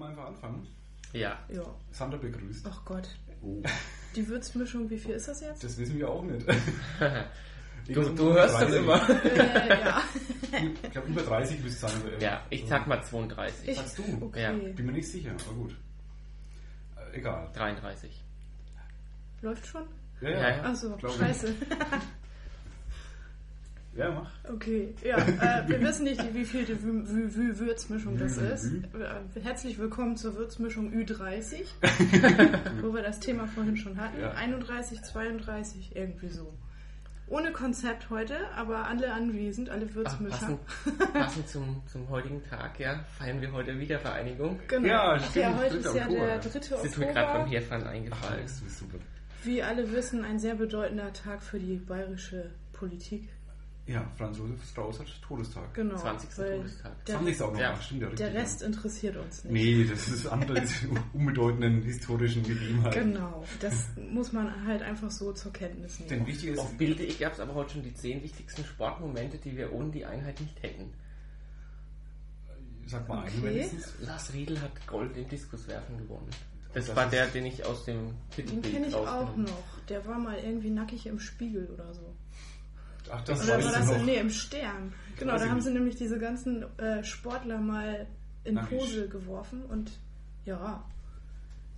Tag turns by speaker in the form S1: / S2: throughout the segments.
S1: anfangen?
S2: Ja.
S3: Ja.
S1: Sandra begrüßt.
S3: Ach Gott.
S2: Oh.
S3: Die Würzmischung, wie viel ist das jetzt?
S1: Das wissen wir auch nicht.
S2: Du, du hörst das immer.
S3: äh, ja.
S1: Ich glaube, über 30 bist du Sandra.
S2: Ja, ich sag mal 32.
S3: Ich-
S1: Äh, Sagst du?
S3: Okay.
S1: Bin mir nicht sicher, aber gut. Äh, Egal.
S2: 33.
S3: Läuft schon?
S2: Ja, ja.
S3: Achso,
S1: Glaub ich.
S3: scheiße.
S1: Ja, mach.
S3: Okay, ja. Äh, wir wissen nicht, wie viel die Wü- Wü- Wü- Würzmischung das
S1: Wü-
S3: ist. Äh, Herzlich willkommen zur Würzmischung Ü30, wo wir das Thema vorhin schon hatten.
S1: Ja.
S3: 31, 32, irgendwie so. Ohne Konzept heute, aber alle anwesend, alle
S2: Ah,
S3: Würzmischer.
S2: passend passend zum, zum heutigen Tag, ja, feiern wir heute Wiedervereinigung.
S3: Genau.
S1: Ja,
S3: Ach
S1: stimmt,
S3: ja, heute
S1: dritter
S3: ist ja
S1: Oktober.
S3: der 3.
S2: Das ist mir gerade beim
S3: Oktober.
S2: Herfahren eingefallen.
S1: Das ist super.
S3: Wie alle wissen, ein sehr bedeutender Tag für die bayerische Politik.
S1: Ja, Franz Josef Strauß hat Todestag.
S3: Genau.
S2: 20.
S3: weil
S2: Todestag.
S3: Der,
S1: 20. auch noch.
S2: Ja.
S1: Ja. Stimmt, ja,
S3: der
S1: richtig, ja.
S3: Rest interessiert uns nicht.
S1: Nee, das ist andere diese unbedeutenden historischen Gegebenheiten.
S3: Genau, das muss man halt einfach so zur Kenntnis nehmen.
S1: Denn wichtig ist,
S2: Auf Bilde, ich gab es aber heute schon die 10 wichtigsten Sportmomente, die wir ohne die Einheit nicht hätten.
S1: sag mal einen
S3: Okay.
S1: wenigstens.
S2: Lars Riedel hat Gold im Diskuswerfen gewonnen. Das,
S1: Das
S2: war
S1: ist-
S2: der, den ich aus dem
S3: Den
S2: Titelbild
S3: kenne ich auch
S2: rausgenommen
S3: noch. Der war mal irgendwie nackig im Spiegel oder so.
S1: Ach, das
S3: Oder
S1: weißt
S3: war
S1: du
S3: das
S1: noch.
S3: nee, im Stern? Genau,
S1: Weiß
S3: da
S1: ich
S3: haben
S1: nicht.
S3: sie nämlich diese ganzen äh, Sportler mal in
S1: Nackig.
S3: Pose geworfen und ja.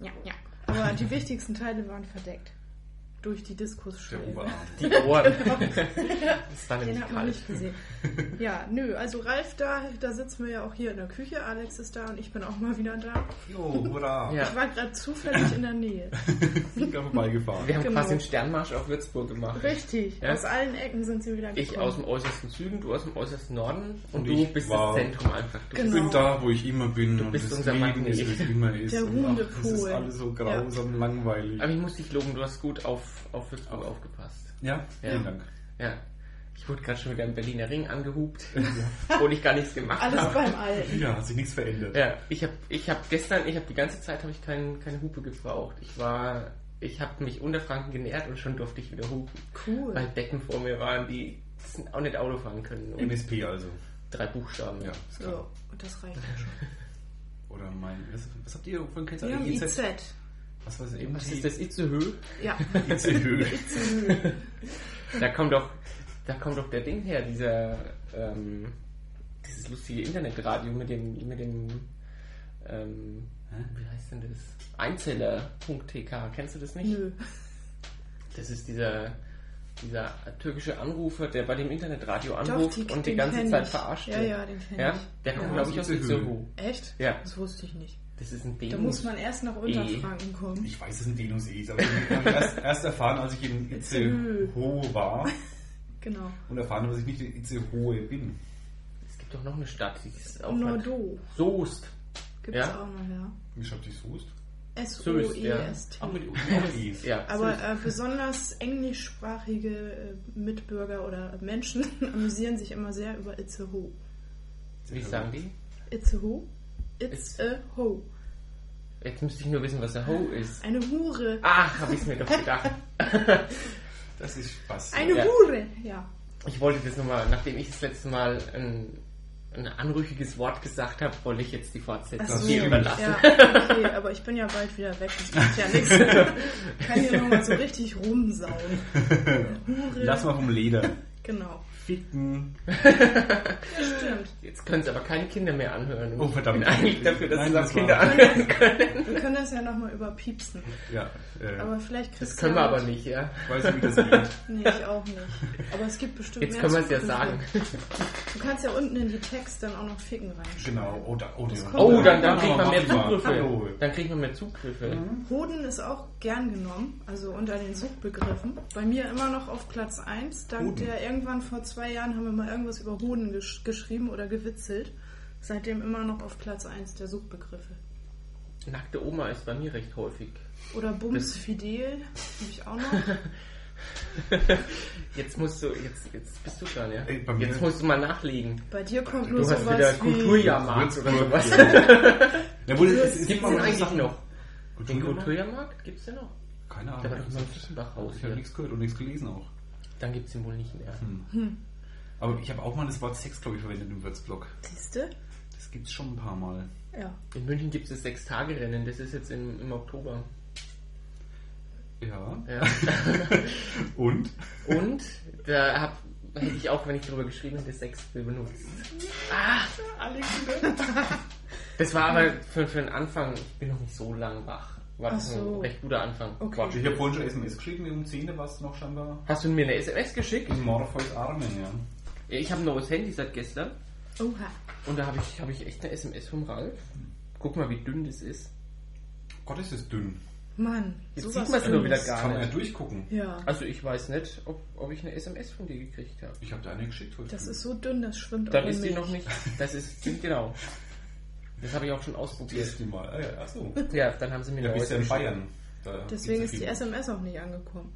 S3: Ja, ja. Aber die wichtigsten Teile waren verdeckt. Habe. Durch die
S1: Der
S3: Diskusscheibe.
S1: Oberarm.
S2: Die Ohren. das war
S3: Den
S2: nämlich
S3: hat man
S2: kalt.
S3: nicht gesehen. Ja, nö, also Ralf da, da sitzen wir ja auch hier in der Küche, Alex ist da und ich bin auch mal wieder da.
S1: Jo, hurra.
S2: Ja.
S3: Ich war gerade zufällig in der Nähe.
S1: Ich bin gerade vorbeigefahren.
S2: Wir haben
S3: Genau.
S2: quasi einen Sternmarsch auf Würzburg gemacht.
S3: Richtig,
S2: Ja?
S3: aus allen Ecken sind sie wieder gekommen.
S2: Ich aus dem äußersten Süden, du aus dem äußersten Norden und,
S1: Und
S2: du
S1: ich
S2: bist
S1: war-
S2: das Zentrum einfach. Du
S3: Genau.
S1: Ich bin da, wo ich immer bin und
S2: bist
S1: das
S2: unser
S1: Leben
S2: Magnet.
S1: ist, wie es immer ist.
S3: Der
S1: Und
S3: ruhende
S1: ach, Das ist
S3: Pol.
S1: alles so grausam langweilig.
S2: Aber ich muss dich loben, du hast gut auf, auf Würzburg aufgepasst.
S1: Ja,
S2: Ja.
S1: vielen Dank.
S2: Ja. Ich wurde gerade schon wieder im Berliner Ring angehupt, obwohl ich gar nichts gemacht
S3: Alles
S2: habe.
S3: beim Alten.
S1: Ja, hat sich nichts verändert.
S2: Ja, ich habe ich hab gestern, ich habe die ganze Zeit habe ich kein, keine Hupe gebraucht. Ich war, ich habe mich unter Franken genährt und schon durfte ich wieder hupen.
S3: Cool.
S2: Weil Decken vor mir waren, die auch nicht Auto fahren können. Und
S1: NSP also.
S2: drei Buchstaben.
S1: Ja, ist klar.
S3: So, und das reicht ja schon.
S1: Oder mein. Was, was habt ihr vorhin kennst?
S3: Wir haben IZ.
S1: Was war das? MT?
S2: Was ist das Itzehö?
S3: Ja.
S1: IZ.
S2: Da kommt doch, da kommt doch der Ding her, dieser, ähm, dieses lustige Internetradio mit dem, mit dem, ähm,
S1: Hä?
S2: wie heißt denn das? Einzeller.tk, kennst du das nicht?
S3: Nö.
S2: Das ist dieser, dieser türkische Anrufer, der bei dem Internetradio
S3: Doch,
S2: anruft
S3: die,
S2: und die
S3: den
S2: ganze
S3: kenn
S2: Zeit
S3: ich.
S2: verarscht
S3: Ja,
S2: wird.
S3: ja, den kenne
S2: Ja,
S3: ich.
S2: der kommt,
S1: Ja,
S2: glaube ich,
S1: das
S2: aus
S1: ist
S2: Itzehoe.
S3: Echt?
S2: Ja. E.
S3: Das wusste ich nicht.
S2: Das ist ein
S3: Da
S2: Demos.
S3: muss man erst nach Unterfranken kommen.
S1: Ich weiß, dass es ein Venus ist, aber ich habe erst, erst erfahren, als ich in Itzehoe war
S3: Genau.
S1: und erfahren, habe, dass ich nicht in Itzehoe bin.
S2: Es gibt doch noch eine Stadt, die ist auch
S3: Und
S2: mal-
S3: Nordo
S2: Soest.
S3: gibt es
S2: Ja?
S3: auch noch, ja.
S1: Wie schreibt sich Soest?
S2: Soest, ja.
S3: S-O-E-S-T.
S1: Auch mit Unis.
S2: Ja,
S3: Aber
S2: Soest.
S3: äh, besonders englischsprachige äh, Mitbürger oder Menschen amüsieren sich immer sehr über Itzehoe. äh-
S2: wie sagen die?
S3: Itzehoe?
S2: It's-
S3: It's, a hoe.
S2: Jetzt müsste ich nur wissen, was der Ho ist.
S3: Eine Hure.
S2: Ach, habe ich mir doch gedacht.
S1: Das ist Spaß.
S3: Eine
S2: Ja.
S3: Hure, ja.
S2: Ich wollte das nochmal, nachdem ich das letzte Mal ein, ein anrüchiges Wort gesagt habe, wollte ich jetzt die Fortsetzung
S3: Ach so.
S2: dir überlassen.
S3: Ja, okay, aber ich bin ja bald wieder weg. Das macht ja nichts. Ich kann hier nochmal so richtig rumsauen. Hure.
S1: Lass mal vom Leder.
S3: Genau.
S1: Ficken.
S3: Stimmt.
S2: Jetzt können es aber keine Kinder mehr anhören.
S1: Oh, verdammt.
S2: Ich bin eigentlich dafür, dass
S1: Nein,
S2: es auch
S1: das
S2: Kinder
S1: war-
S2: anhören können.
S3: Wir können das ja nochmal überpiepsen.
S1: Ja, äh,
S3: Aber vielleicht kriegst
S2: Das können wir aber nicht, ja.
S1: weiß ich, wie das geht.
S3: Nee, ich auch nicht. Aber es gibt bestimmt
S2: Jetzt
S3: mehr
S2: können wir es ja sagen.
S3: zukünftige. Du kannst ja unten in die Text dann auch noch Ficken reinschreiben.
S1: Genau. Oh, da, oh,
S3: Das
S1: das
S3: kommt-
S2: Oh, dann, dann kriegt
S1: kriegt
S2: man mehr
S1: Hallo.
S2: Zugriffe. Dann kriegt man mehr Zugriffe.
S3: Hoden ist auch gern genommen, also unter den Suchbegriffen. Bei mir immer noch auf Platz 1. Dank
S1: Hoden.
S3: der irgendwann vor zwei Jahren haben wir mal irgendwas über Hoden gesch geschrieben oder gewitzelt. Seitdem immer noch auf Platz 1 der Suchbegriffe.
S2: Nackte Oma ist bei mir recht häufig.
S3: Oder Bums
S2: Das-
S3: Fidel habe ich auch noch.
S2: Jetzt musst du, jetzt, jetzt bist du dran, ja?
S1: Ey, bei mir-
S2: Jetzt musst du mal nachlegen.
S3: Bei dir kommt
S2: Du
S3: nur
S2: hast wieder
S3: sowas wie.
S2: Kulturjahrmarkt oder
S1: Würzburg.
S2: sowas.
S1: Ja, wurde, es, es
S2: Gibt
S1: gibt
S2: es den
S1: mal
S2: eigentlich
S1: Sachen.
S2: noch? Den
S1: Kultur?
S2: Kulturjahrmarkt gibt es den noch?
S1: Keine
S2: Der
S1: Ahnung.
S2: war doch immer im
S1: Ich
S2: Fischenbachhaus.
S1: habe
S2: ja.
S1: nichts gehört und nichts gelesen auch.
S2: Dann gibt es den wohl nicht mehr.
S1: Aber ich habe auch mal das Wort Sex, glaube ich, verwendet im Würzblock.
S3: Siehste?
S1: Das Das gibt es schon ein paar Mal.
S3: Ja.
S2: In München gibt es das Sechs-Tage-Rennen, das ist jetzt im, im Oktober.
S1: Ja.
S2: Ja.
S1: Und?
S2: Und da hab, hätte ich auch, wenn ich darüber geschrieben hätte, Sechstel benutzt. Ah, Alex.
S3: ne?
S2: Das war aber für, für den Anfang, ich bin noch nicht so lang wach. War das
S3: Ach so.
S2: ein recht guter Anfang.
S3: Okay.
S2: Quatsch.
S1: Also Ich habe vorhin schon SMS geschrieben, um 10 Uhr war es noch scheinbar.
S2: Hast du mir eine SMS geschickt?
S1: In Morpheus Armen, ja.
S2: Ich habe ein neues Handy seit gestern
S3: Oha.
S2: und da habe ich, hab ich echt eine SMS vom Ralf. Guck mal, wie dünn das ist.
S1: Gott, ist es dünn.
S3: Mann.
S2: Jetzt
S3: sowas
S2: sieht man's nur wieder
S3: Schlimmes.
S2: gar
S1: Kann man ja
S2: nicht.
S1: durchgucken.
S3: Ja.
S2: Also ich weiß nicht, ob, ob ich eine SMS von dir gekriegt habe.
S1: Ich habe da eine geschickt heute.
S3: Das ist so dünn, das schwimmt
S2: Dann
S3: auch in
S2: ist die
S3: Milch.
S2: noch nicht. Das ist genau. Das habe ich auch schon ausprobiert.
S1: Erst die mal. Ah, ja, achso.
S2: Ja, dann haben sie mir
S1: Ja,
S2: eine
S1: bist ja in
S2: SMS
S1: Bayern. Da
S3: Deswegen ist
S1: gibt's
S3: die
S1: ja viel.
S3: SMS auch nicht angekommen.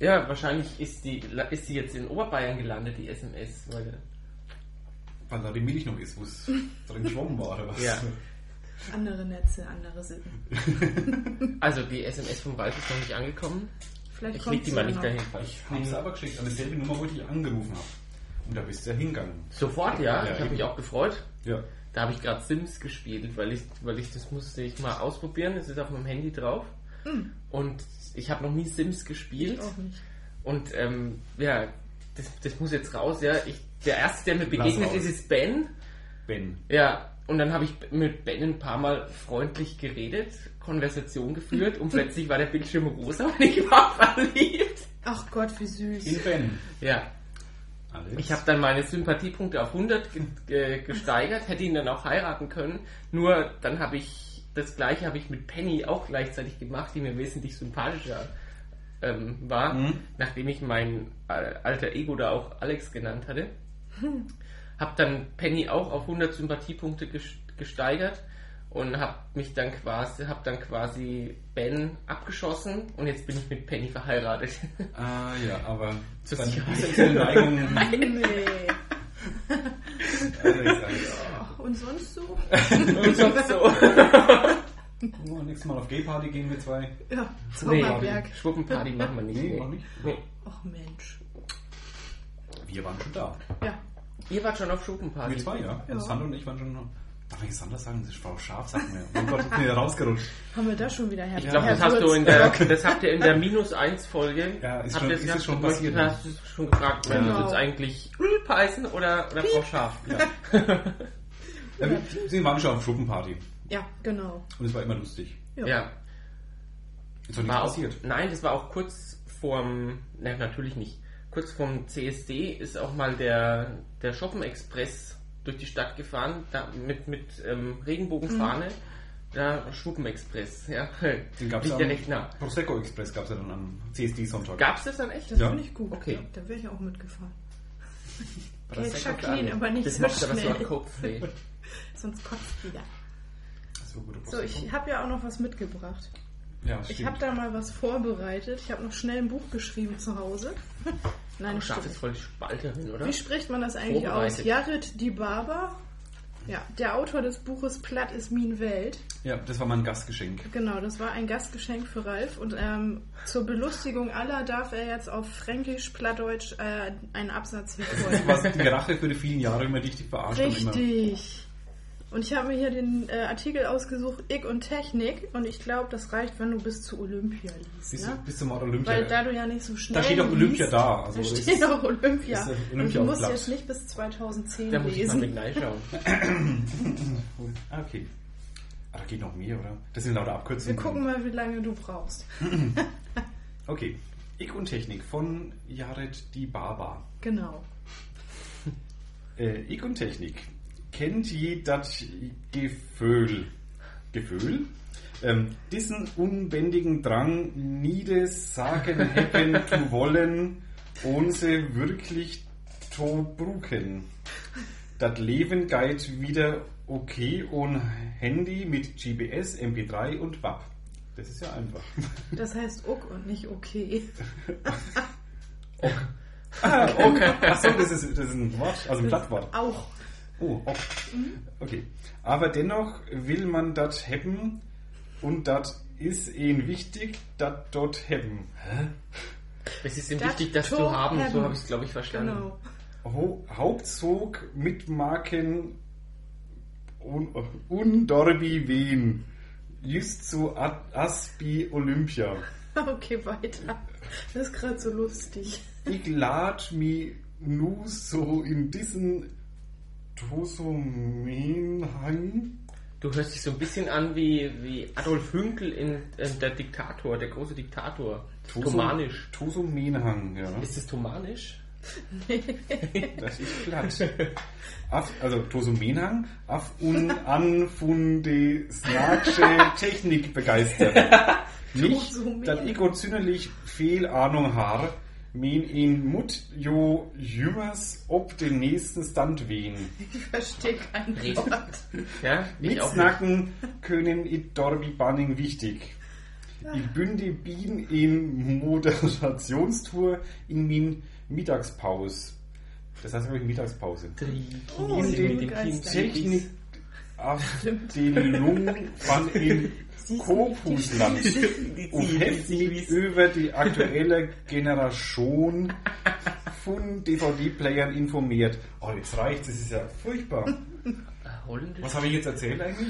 S2: Ja, wahrscheinlich ist die, ist die jetzt in Oberbayern gelandet, die SMS. Weil,
S1: Weil da die Milch noch ist, wo es drin geschwommen war, oder was?
S2: Ja.
S3: Andere Netze, andere Sitten.
S2: also die SMS vom Ralf ist noch nicht angekommen.
S3: Vielleicht
S2: Ich
S3: kommt
S2: leg die
S3: sie
S2: mal
S3: ja
S2: nicht
S3: noch.
S2: dahin.
S1: Ich habe es aber geschickt, an dieselbe Nummer, wo ich dich angerufen habe. Und da bist du ja hingegangen.
S2: Sofort,
S1: Ja,
S2: ja. ich habe
S1: eben.
S2: mich auch gefreut.
S1: Ja.
S2: Da habe ich gerade Sims gespielt, weil ich, weil ich das musste ich mal ausprobieren. Es ist auf meinem Handy drauf. Und ich habe noch nie Sims gespielt.
S3: Ich auch nicht.
S2: Und ähm, ja, das, das muss jetzt raus, ja. Ich, der erste, der mir
S1: Lass
S2: begegnet
S1: raus.
S2: ist, ist Ben.
S1: Ben.
S2: Ja, und dann habe ich mit Ben ein paar Mal freundlich geredet, Konversation geführt und plötzlich war der Bildschirm rosa und ich war verliebt.
S3: Ach Gott, wie süß.
S1: In Ben.
S2: Ja,
S1: Alles.
S2: ich habe dann meine Sympathiepunkte auf 100 ge ge gesteigert, hätte ihn dann auch heiraten können. Nur dann habe ich das gleiche habe ich mit Penny auch gleichzeitig gemacht, die mir wesentlich sympathischer ähm, war,
S1: Mhm.
S2: nachdem ich mein äh, alter Ego da auch Alex genannt hatte. Habe dann Penny auch auf 100 Sympathiepunkte ges- gesteigert und habe mich dann quasi habe dann quasi Ben abgeschossen und jetzt bin ich mit Penny verheiratet.
S1: Ah ja, aber
S2: Zur
S1: deine
S2: Sicherheit.
S1: bisexuelle Neigung.
S3: Nee.
S1: Also ich sage, ja,
S3: Und sonst so?
S2: und sonst so.
S1: gucken wir nächstes Mal auf Gay-Party gehen wir zwei.
S3: Ja,
S2: Nee,
S3: Zauberberg.
S2: Schwuppenparty machen wir nicht.
S1: Nee,
S2: nee.
S1: noch nicht.
S2: Nee.
S3: Ach Mensch.
S1: Wir waren schon da.
S3: Ja.
S2: Ihr wart schon auf Schwuppenparty.
S1: Wir zwei, ja.
S3: Ja.
S1: Und Sandra und ich waren schon. Darf ich Sandra sagen? Das ist Frau Scharf, sagt mir. Mein Gott, ich bin ja rausgerutscht.
S3: Haben wir da schon wieder her?
S2: Ich glaube,
S3: Herr
S2: das hast du in
S3: Würz.
S2: der, das habt ihr in der Minus 1 Folge.
S1: Ja, ist
S2: habt
S1: schon-
S2: ihr
S1: ist
S2: gesagt,
S1: es schon
S2: du
S1: passiert,
S2: hast du schon gefragt,
S1: Ja.
S2: wenn du
S3: Genau.
S2: uns eigentlich Ulp heißen oder, oder Frau Schaf.
S1: Ja, wir, sie waren schon auf Schuppenparty.
S3: Ja, genau.
S1: Und es war immer lustig.
S2: Ja.
S1: Ist doch nichts
S2: War auch,
S1: passiert.
S2: nein, das war auch kurz vorm, ne, natürlich nicht. Kurz vorm CSD ist auch mal der, der Shoppen-Express durch die Stadt gefahren, da, mit, mit ähm, Regenbogenfahne.
S3: Mhm.
S2: Da, Schwuppenexpress, ja.
S1: Den gab's
S2: Liegt
S1: am
S2: ja recht nah.
S1: Prosecco Express gab es ja dann am CSD-Sonntag.
S2: Gab's das dann echt?
S3: Das
S1: Ja.
S3: finde ich gut.
S2: Okay.
S3: Ja, da wäre ich auch mitgefahren.
S1: War
S3: Okay,
S1: das Sex auf der
S3: Jacqueline,
S1: Alm?
S3: aber nicht
S2: Das
S3: so
S2: macht aber so
S3: schnell.
S2: einen Kopf weh.
S3: Sonst kotzt wieder.
S1: So, gute
S3: So, ich habe ja auch noch was mitgebracht.
S1: ja,
S3: Ich habe da mal was vorbereitet. Ich habe noch schnell ein Buch geschrieben zu Hause. Nein,
S2: Frau Schaf
S3: stimmt.
S2: ist voll die Spalterin, oder?
S3: Wie spricht man das eigentlich aus?
S2: Vorbereitet.
S3: Jared die Barber? Ja, der Autor des Buches Platt ist Min Welt.
S1: ja, das war mein Gastgeschenk.
S3: Genau, das war ein Gastgeschenk für Ralf und ähm, zur Belustigung aller darf er jetzt auf Fränkisch, Plattdeutsch äh, einen Absatz hervorheben.
S1: Was die Rache für die vielen Jahre, immer die ich dich verarscht habe, immer.
S3: Richtig. Und ich habe mir hier den äh, Artikel ausgesucht, Ick und Technik und ich glaube, das reicht, wenn du bis zu Olympia liest.
S1: Bis,
S3: Ne?
S1: bis zum Mord Olympia.
S3: Weil da du ja nicht so schnell
S1: Da steht auch Olympia
S3: liest,
S1: da, also
S3: da
S1: ist-
S3: steht auch Olympia.
S1: ist, äh, Olympia
S3: und du
S1: auf
S3: musst
S1: Platz.
S3: jetzt nicht bis 2010
S2: Da muss ich mal mit
S3: lesen.
S2: reinschauen.
S1: ah, okay. Ah, da geht noch mehr, oder? Das sind lauter
S3: Wir
S1: Abkürzungen.
S3: gucken mal, wie lange du brauchst.
S1: Okay. Ich und Technik von Jared Di Baba.
S3: Genau.
S1: Äh, ich und Technik. Kennt je das Gefühl? Gefühl? Ähm, diesen unbändigen Drang, niedes sagen hätten zu wollen, ohne sie wirklich zu brücken. Das Leben geht wieder okay ohne Handy mit GPS, MP3 und WAP. Das ist ja einfach.
S3: Das heißt Uck und nicht okay.
S1: Ah, okay. Achso, das ist, das ist ein Wort, also ein Blattwort.
S3: Auch.
S1: Oh, ok. okay. Aber dennoch will man das haben und das ist ihnen wichtig, das dort haben.
S2: Es ist ihm
S3: Das
S2: wichtig, das zu
S3: Tor
S2: haben, so
S3: haben.
S2: habe ich es, glaube ich, verstanden.
S3: Genau.
S1: Ho Hauptzug mitmarken un, Undorbi Wien. Just zu Ad- Aspi Olympia.
S3: Okay, weiter. Das ist gerade so lustig.
S1: Ich lad mi nu so in diesen Tosomenheim.
S2: Du hörst dich so ein bisschen an wie, wie Adolf Hünkel in, äh, der Diktator, der große Diktator. Tomanisch.
S1: Tosomenhang, ja.
S2: Ist es Tomanisch?
S1: Das ist glatt. Af, also Tosomenhang, af un an fun de snatsche Technik begeistert. Nicht,
S3: Tosomen.
S1: dat ich zünnerlich viel Ahnung har, min in mut jo jümmers ob den nächsten Stand wehen.
S3: Ich verstehe kein Wort.
S2: Ja, ich
S1: Mit
S2: auch nicht.
S1: Snacken können i Dorbi Banning wichtig. Ich bünde Bien in Moderationstour in min Mittagspaus. Das heißt, glaube ich, Mittagspause.
S3: Oh,
S1: Und
S3: sehr
S1: den
S3: gut, Geister.
S1: Technik auf den Lungen Ah, von in Kopusland und heftig über Oh, die aktuelle Generation von DVD-Playern informiert. Oh, jetzt reicht's, das ist ja furchtbar.
S2: Holländisch?
S1: Was habe ich jetzt erzählt eigentlich?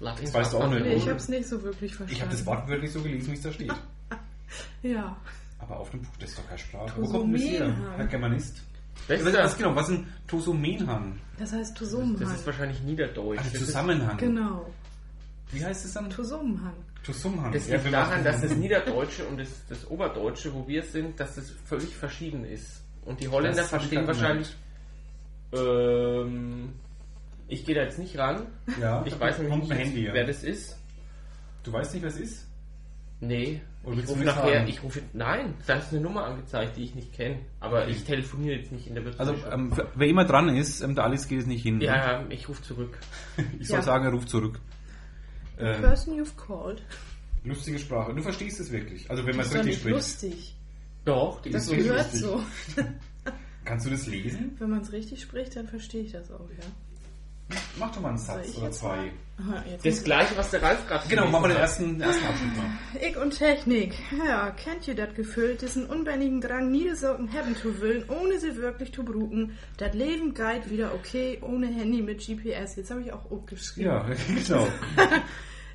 S2: Latin-
S1: Das weißt du auch nicht,
S3: Nee, ich
S1: oder?
S3: habe es nicht so wirklich verstanden.
S1: Ich habe das wortwörtlich so gelesen, wie es da steht.
S3: Ja.
S1: Aber auf dem Buch, das ist doch keine Sprache.
S3: Tosomenhang.
S1: Herr Germanist. Was,
S2: Bester.
S1: was genau, was ist ein Tosomenhang?
S3: Das heißt Tosomenhang.
S2: Das ist wahrscheinlich Niederdeutsch.
S1: Also
S2: Das ist-
S1: Zusammenhang.
S3: genau.
S1: Wie heißt es dann?
S3: Tosomenhang.
S1: Tosomenhang.
S2: Das liegt daran, dass das Niederdeutsche und das, das Oberdeutsche, wo wir sind, dass das völlig verschieden ist. Und die Holländer
S1: Das hab ich
S2: verstehen
S1: grad
S2: wahrscheinlich. halt. Ähm, ich gehe da jetzt nicht ran.
S1: Ja,
S2: Ich weiß nämlich
S1: kommt
S2: nicht,
S1: ein Handy.
S2: wer
S1: Ja.
S2: das ist.
S1: Du weißt nicht, wer es ist?
S2: Nee.
S1: Oder
S2: ich
S1: willst du
S2: rufe
S1: mich
S2: nachher.
S1: fragen?
S2: Ich rufe. Nein, da ist eine Nummer angezeigt, die ich nicht kenne. Aber ich telefoniere jetzt nicht in der
S1: Also,
S2: Wirtschaft.
S1: ähm, für- wer immer dran ist, ähm, der Alex geht es nicht hin. ne?
S2: ja, ja, ich rufe zurück.
S1: Ich soll
S3: Ja.
S1: sagen, er ruft zurück. Ähm,
S3: Person you've called.
S1: lustige Sprache. Du verstehst es wirklich. Also, wenn man
S3: Das
S1: es
S3: ist doch
S1: richtig
S3: nicht
S1: spricht.
S3: lustig.
S2: Doch, die
S1: Das
S2: ist
S3: Das
S1: ist
S2: so.
S3: gehört
S1: lustig.
S3: so.
S1: Kannst du das lesen?
S3: Wenn man es richtig spricht, dann verstehe ich das auch, ja.
S1: Mach doch mal einen
S3: Soll
S1: Satz
S3: ich
S1: oder
S3: jetzt
S1: zwei.
S3: Aha, jetzt
S2: Das
S3: muss
S2: gleiche, was der Ralf gerade
S1: Genau,
S2: gelesen
S1: machen wir den
S2: hat.
S1: ersten, den ersten Abschnitt mal.
S3: Ich und Technik. Ja, kennt ihr das Gefühl, diesen unbändigen Drang, nie Sorgen haben zu wollen, ohne sie wirklich zu brauchen? Das Leben geht wieder okay, ohne Handy mit GPS. Jetzt habe ich auch abgeschrieben.
S1: Ja, genau.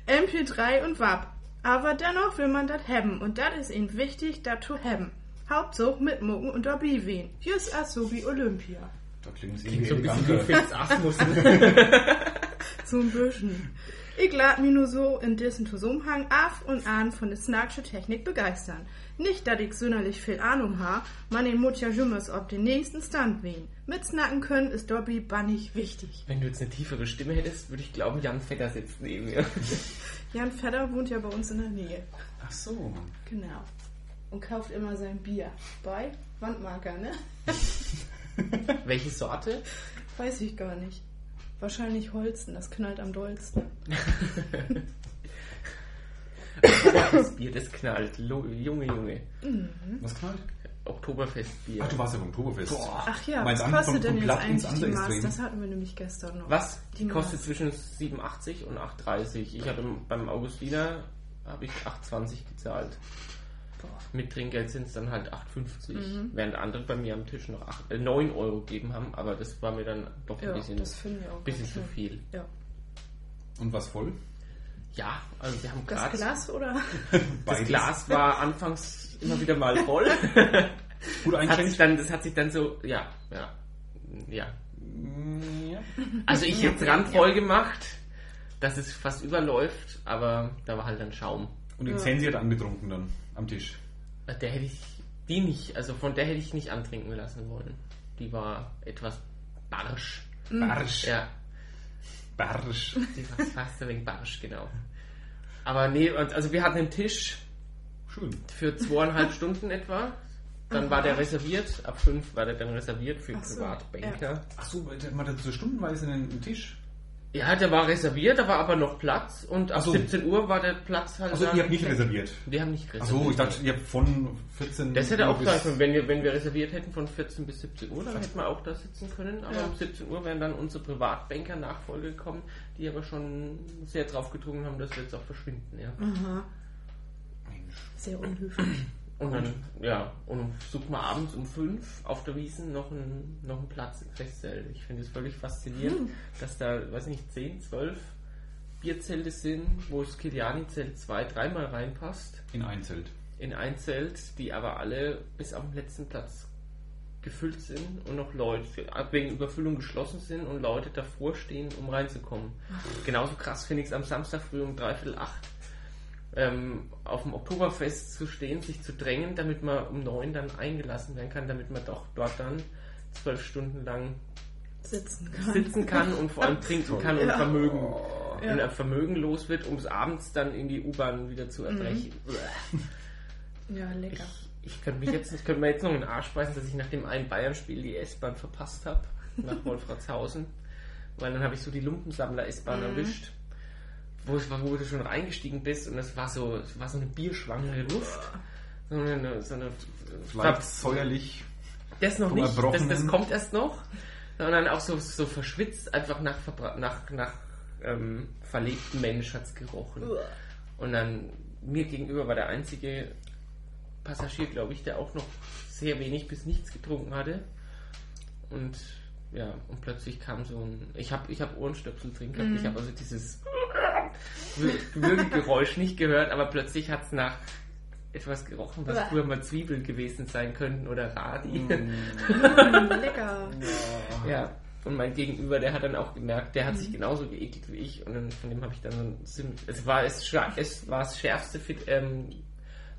S3: MP3 und WAP. Aber dennoch will man das haben und das ist ihnen wichtig, das zu haben. Hauptsache mit Mucken und Dobby wehen. Jus Asobi Olympia.
S1: Da klingt es
S2: Klingt
S1: irgendwie
S2: so ein bisschen wie
S1: eleganter.
S2: Felix Asmussen.
S3: So ein bisschen. Ich lad mich nur so in dessen Zusammenhang af und an von der Snacksche Technik begeistern. Nicht, dass ich sonderlich viel Ahnung ha, man den Mutja Jümmers ob den nächsten Stand wehen. Mit snacken können ist Dobby bannig wichtig.
S2: Wenn du jetzt eine tiefere Stimme hättest, würde ich glauben, Jan Vetter sitzt neben mir.
S3: Jan Fedder wohnt ja bei uns in der Nähe.
S1: Ach so.
S3: Genau. Und kauft immer sein Bier. Bei Wandmarker, ne?
S2: Welche Sorte?
S3: Weiß ich gar nicht. Wahrscheinlich Holzen, das knallt am dollsten.
S2: Oktoberfestbier, das knallt. Lo- Junge, Junge.
S3: Hm?
S1: Was knallt?
S2: Oktoberfestbier.
S1: Ach, du warst ja beim Oktoberfest.
S2: Boah.
S3: Ach ja,
S1: Meinst
S3: was
S1: an- vom-
S3: kostet
S1: vom
S3: denn jetzt
S1: Blatt ins
S3: eigentlich die
S1: andere
S3: Maß?
S1: Extrem.
S3: Das hatten wir nämlich gestern noch.
S2: Was? Die
S3: Die
S2: kostet
S3: Maß.
S2: zwischen 7,80 und 8,30. Ich habe im- beim Augustiner habe ich 8,20 gezahlt.
S3: Boah.
S2: Mit Trinkgeld sind es dann halt 8,50.
S3: Mhm.
S2: Während andere bei mir am Tisch noch 8, äh, 9 Euro gegeben haben, aber das war mir dann doch ein
S3: Ja,
S2: bisschen,
S3: das finde ich auch.
S2: bisschen
S3: ganz
S2: zu
S3: schön.
S2: viel.
S3: Ja.
S1: Und was voll?
S2: Ja, also wir haben
S3: Das
S2: gerade.
S3: Glas oder?
S2: Das
S1: Beides.
S2: Glas war anfangs immer wieder mal voll.
S1: Gut
S2: hat sich
S1: eingeschränkt.
S2: dann, das hat sich dann so, ja, ja, ja.
S1: Ja.
S2: Also ich hätte dran voll gemacht, dass es fast überläuft, aber da war halt dann Schaum.
S1: Und den
S3: Ja.
S1: Sensi hat angetrunken dann am Tisch.
S2: Der hätte ich, die nicht, also von der hätte ich nicht antrinken lassen wollen. Die war etwas barsch.
S3: Hm.
S1: Barsch.
S2: Ja,
S1: Barsch.
S2: die war fast ein wenig barsch, genau. Aber nee, und also wir hatten einen Tisch
S1: Schön.
S2: für zweieinhalb Stunden etwa. Dann war der reserviert, ab fünf war der dann reserviert für
S3: Ach so,
S2: Privatbanker.
S1: Ach so, weil der- man hat so stundenweise einen Tisch.
S2: Ja, der war reserviert, da war aber noch Platz und ab
S1: Ach so.
S2: 17 Uhr war der Platz halt.
S1: Also
S2: dann-
S1: ihr habt nicht reserviert.
S2: Wir haben nicht reserviert.
S1: Ach so, ich dachte, ihr habt von 14
S2: Das hätte auch
S1: bis-
S2: sein können, wenn wir, wenn wir reserviert hätten von 14 bis 17 Uhr, dann hätten wir auch da sitzen können. Aber
S3: Ja.
S2: um 17 Uhr wären dann unsere Privatbanker Nachfolge gekommen, die aber schon sehr drauf gedrungen haben, dass wir jetzt auch verschwinden. Ja.
S3: Aha.
S1: Mensch.
S3: Sehr unhöflich.
S2: Und dann, ja, und sucht mal abends um fünf auf der Wiesen noch einen, noch einen Platz im Festzelt. Ich finde es völlig faszinierend, dass da, weiß nicht, zehn, zwölf Bierzelte sind, wo das Kiliani-Zelt zwei, dreimal reinpasst.
S1: In ein Zelt.
S2: in ein Zelt, die aber alle bis am letzten Platz gefüllt sind und noch Leute wegen Überfüllung geschlossen sind und Leute davor stehen, um reinzukommen. Genauso krass finde ich es am Samstag früh um dreiviertel acht ähm, auf dem Oktoberfest zu stehen, sich zu drängen, damit man um neun dann eingelassen werden kann, damit man doch dort dann zwölf Stunden lang
S3: Sitzen kann.
S2: sitzen kann und vor allem trinken kann und
S3: Ja.
S2: Vermögen,
S3: Ja.
S2: wenn er Vermögen los wird, um es abends dann in die U-Bahn wieder zu erbrechen.
S3: Ja, lecker.
S2: Ich, ich könnte mich jetzt, ich könnte mir jetzt noch in den Arsch beißen, dass ich nach dem einen Bayern-Spiel die S-Bahn verpasst habe, nach Wolfratshausen. Weil dann habe ich so die Lumpensammler-S-Bahn erwischt, wo, es war, wo du schon reingestiegen bist und es war so, es war so eine bierschwangere Luft. So eine, so eine
S1: Vielleicht säuerlich.
S2: das noch
S1: Vom
S2: nicht, das,
S1: Erbrochenen.
S2: das kommt erst noch, sondern auch so, so verschwitzt, einfach nach, verbra- nach, nach ähm, verlebtem Mensch hat's gerochen. Und dann mir gegenüber war der einzige Passagier, glaube ich, der auch noch sehr wenig bis nichts getrunken hatte. Und ja, und plötzlich kam so ein. Ich habe ich hab Ohrenstöpsel drin gehabt. Ich habe also dieses Würgegeräusch nicht gehört, aber plötzlich hat es nach etwas gerochen, was
S3: Uah.
S2: früher mal Zwiebeln gewesen sein könnten oder Radi.
S1: Mhm. Hm,
S3: lecker.
S2: Ja, und mein Gegenüber, der hat dann auch gemerkt, der hat sich genauso geekelt wie ich und dann, von dem habe ich dann so ein ziemlich, es war es, scha- es war das schärfste Fit, ähm,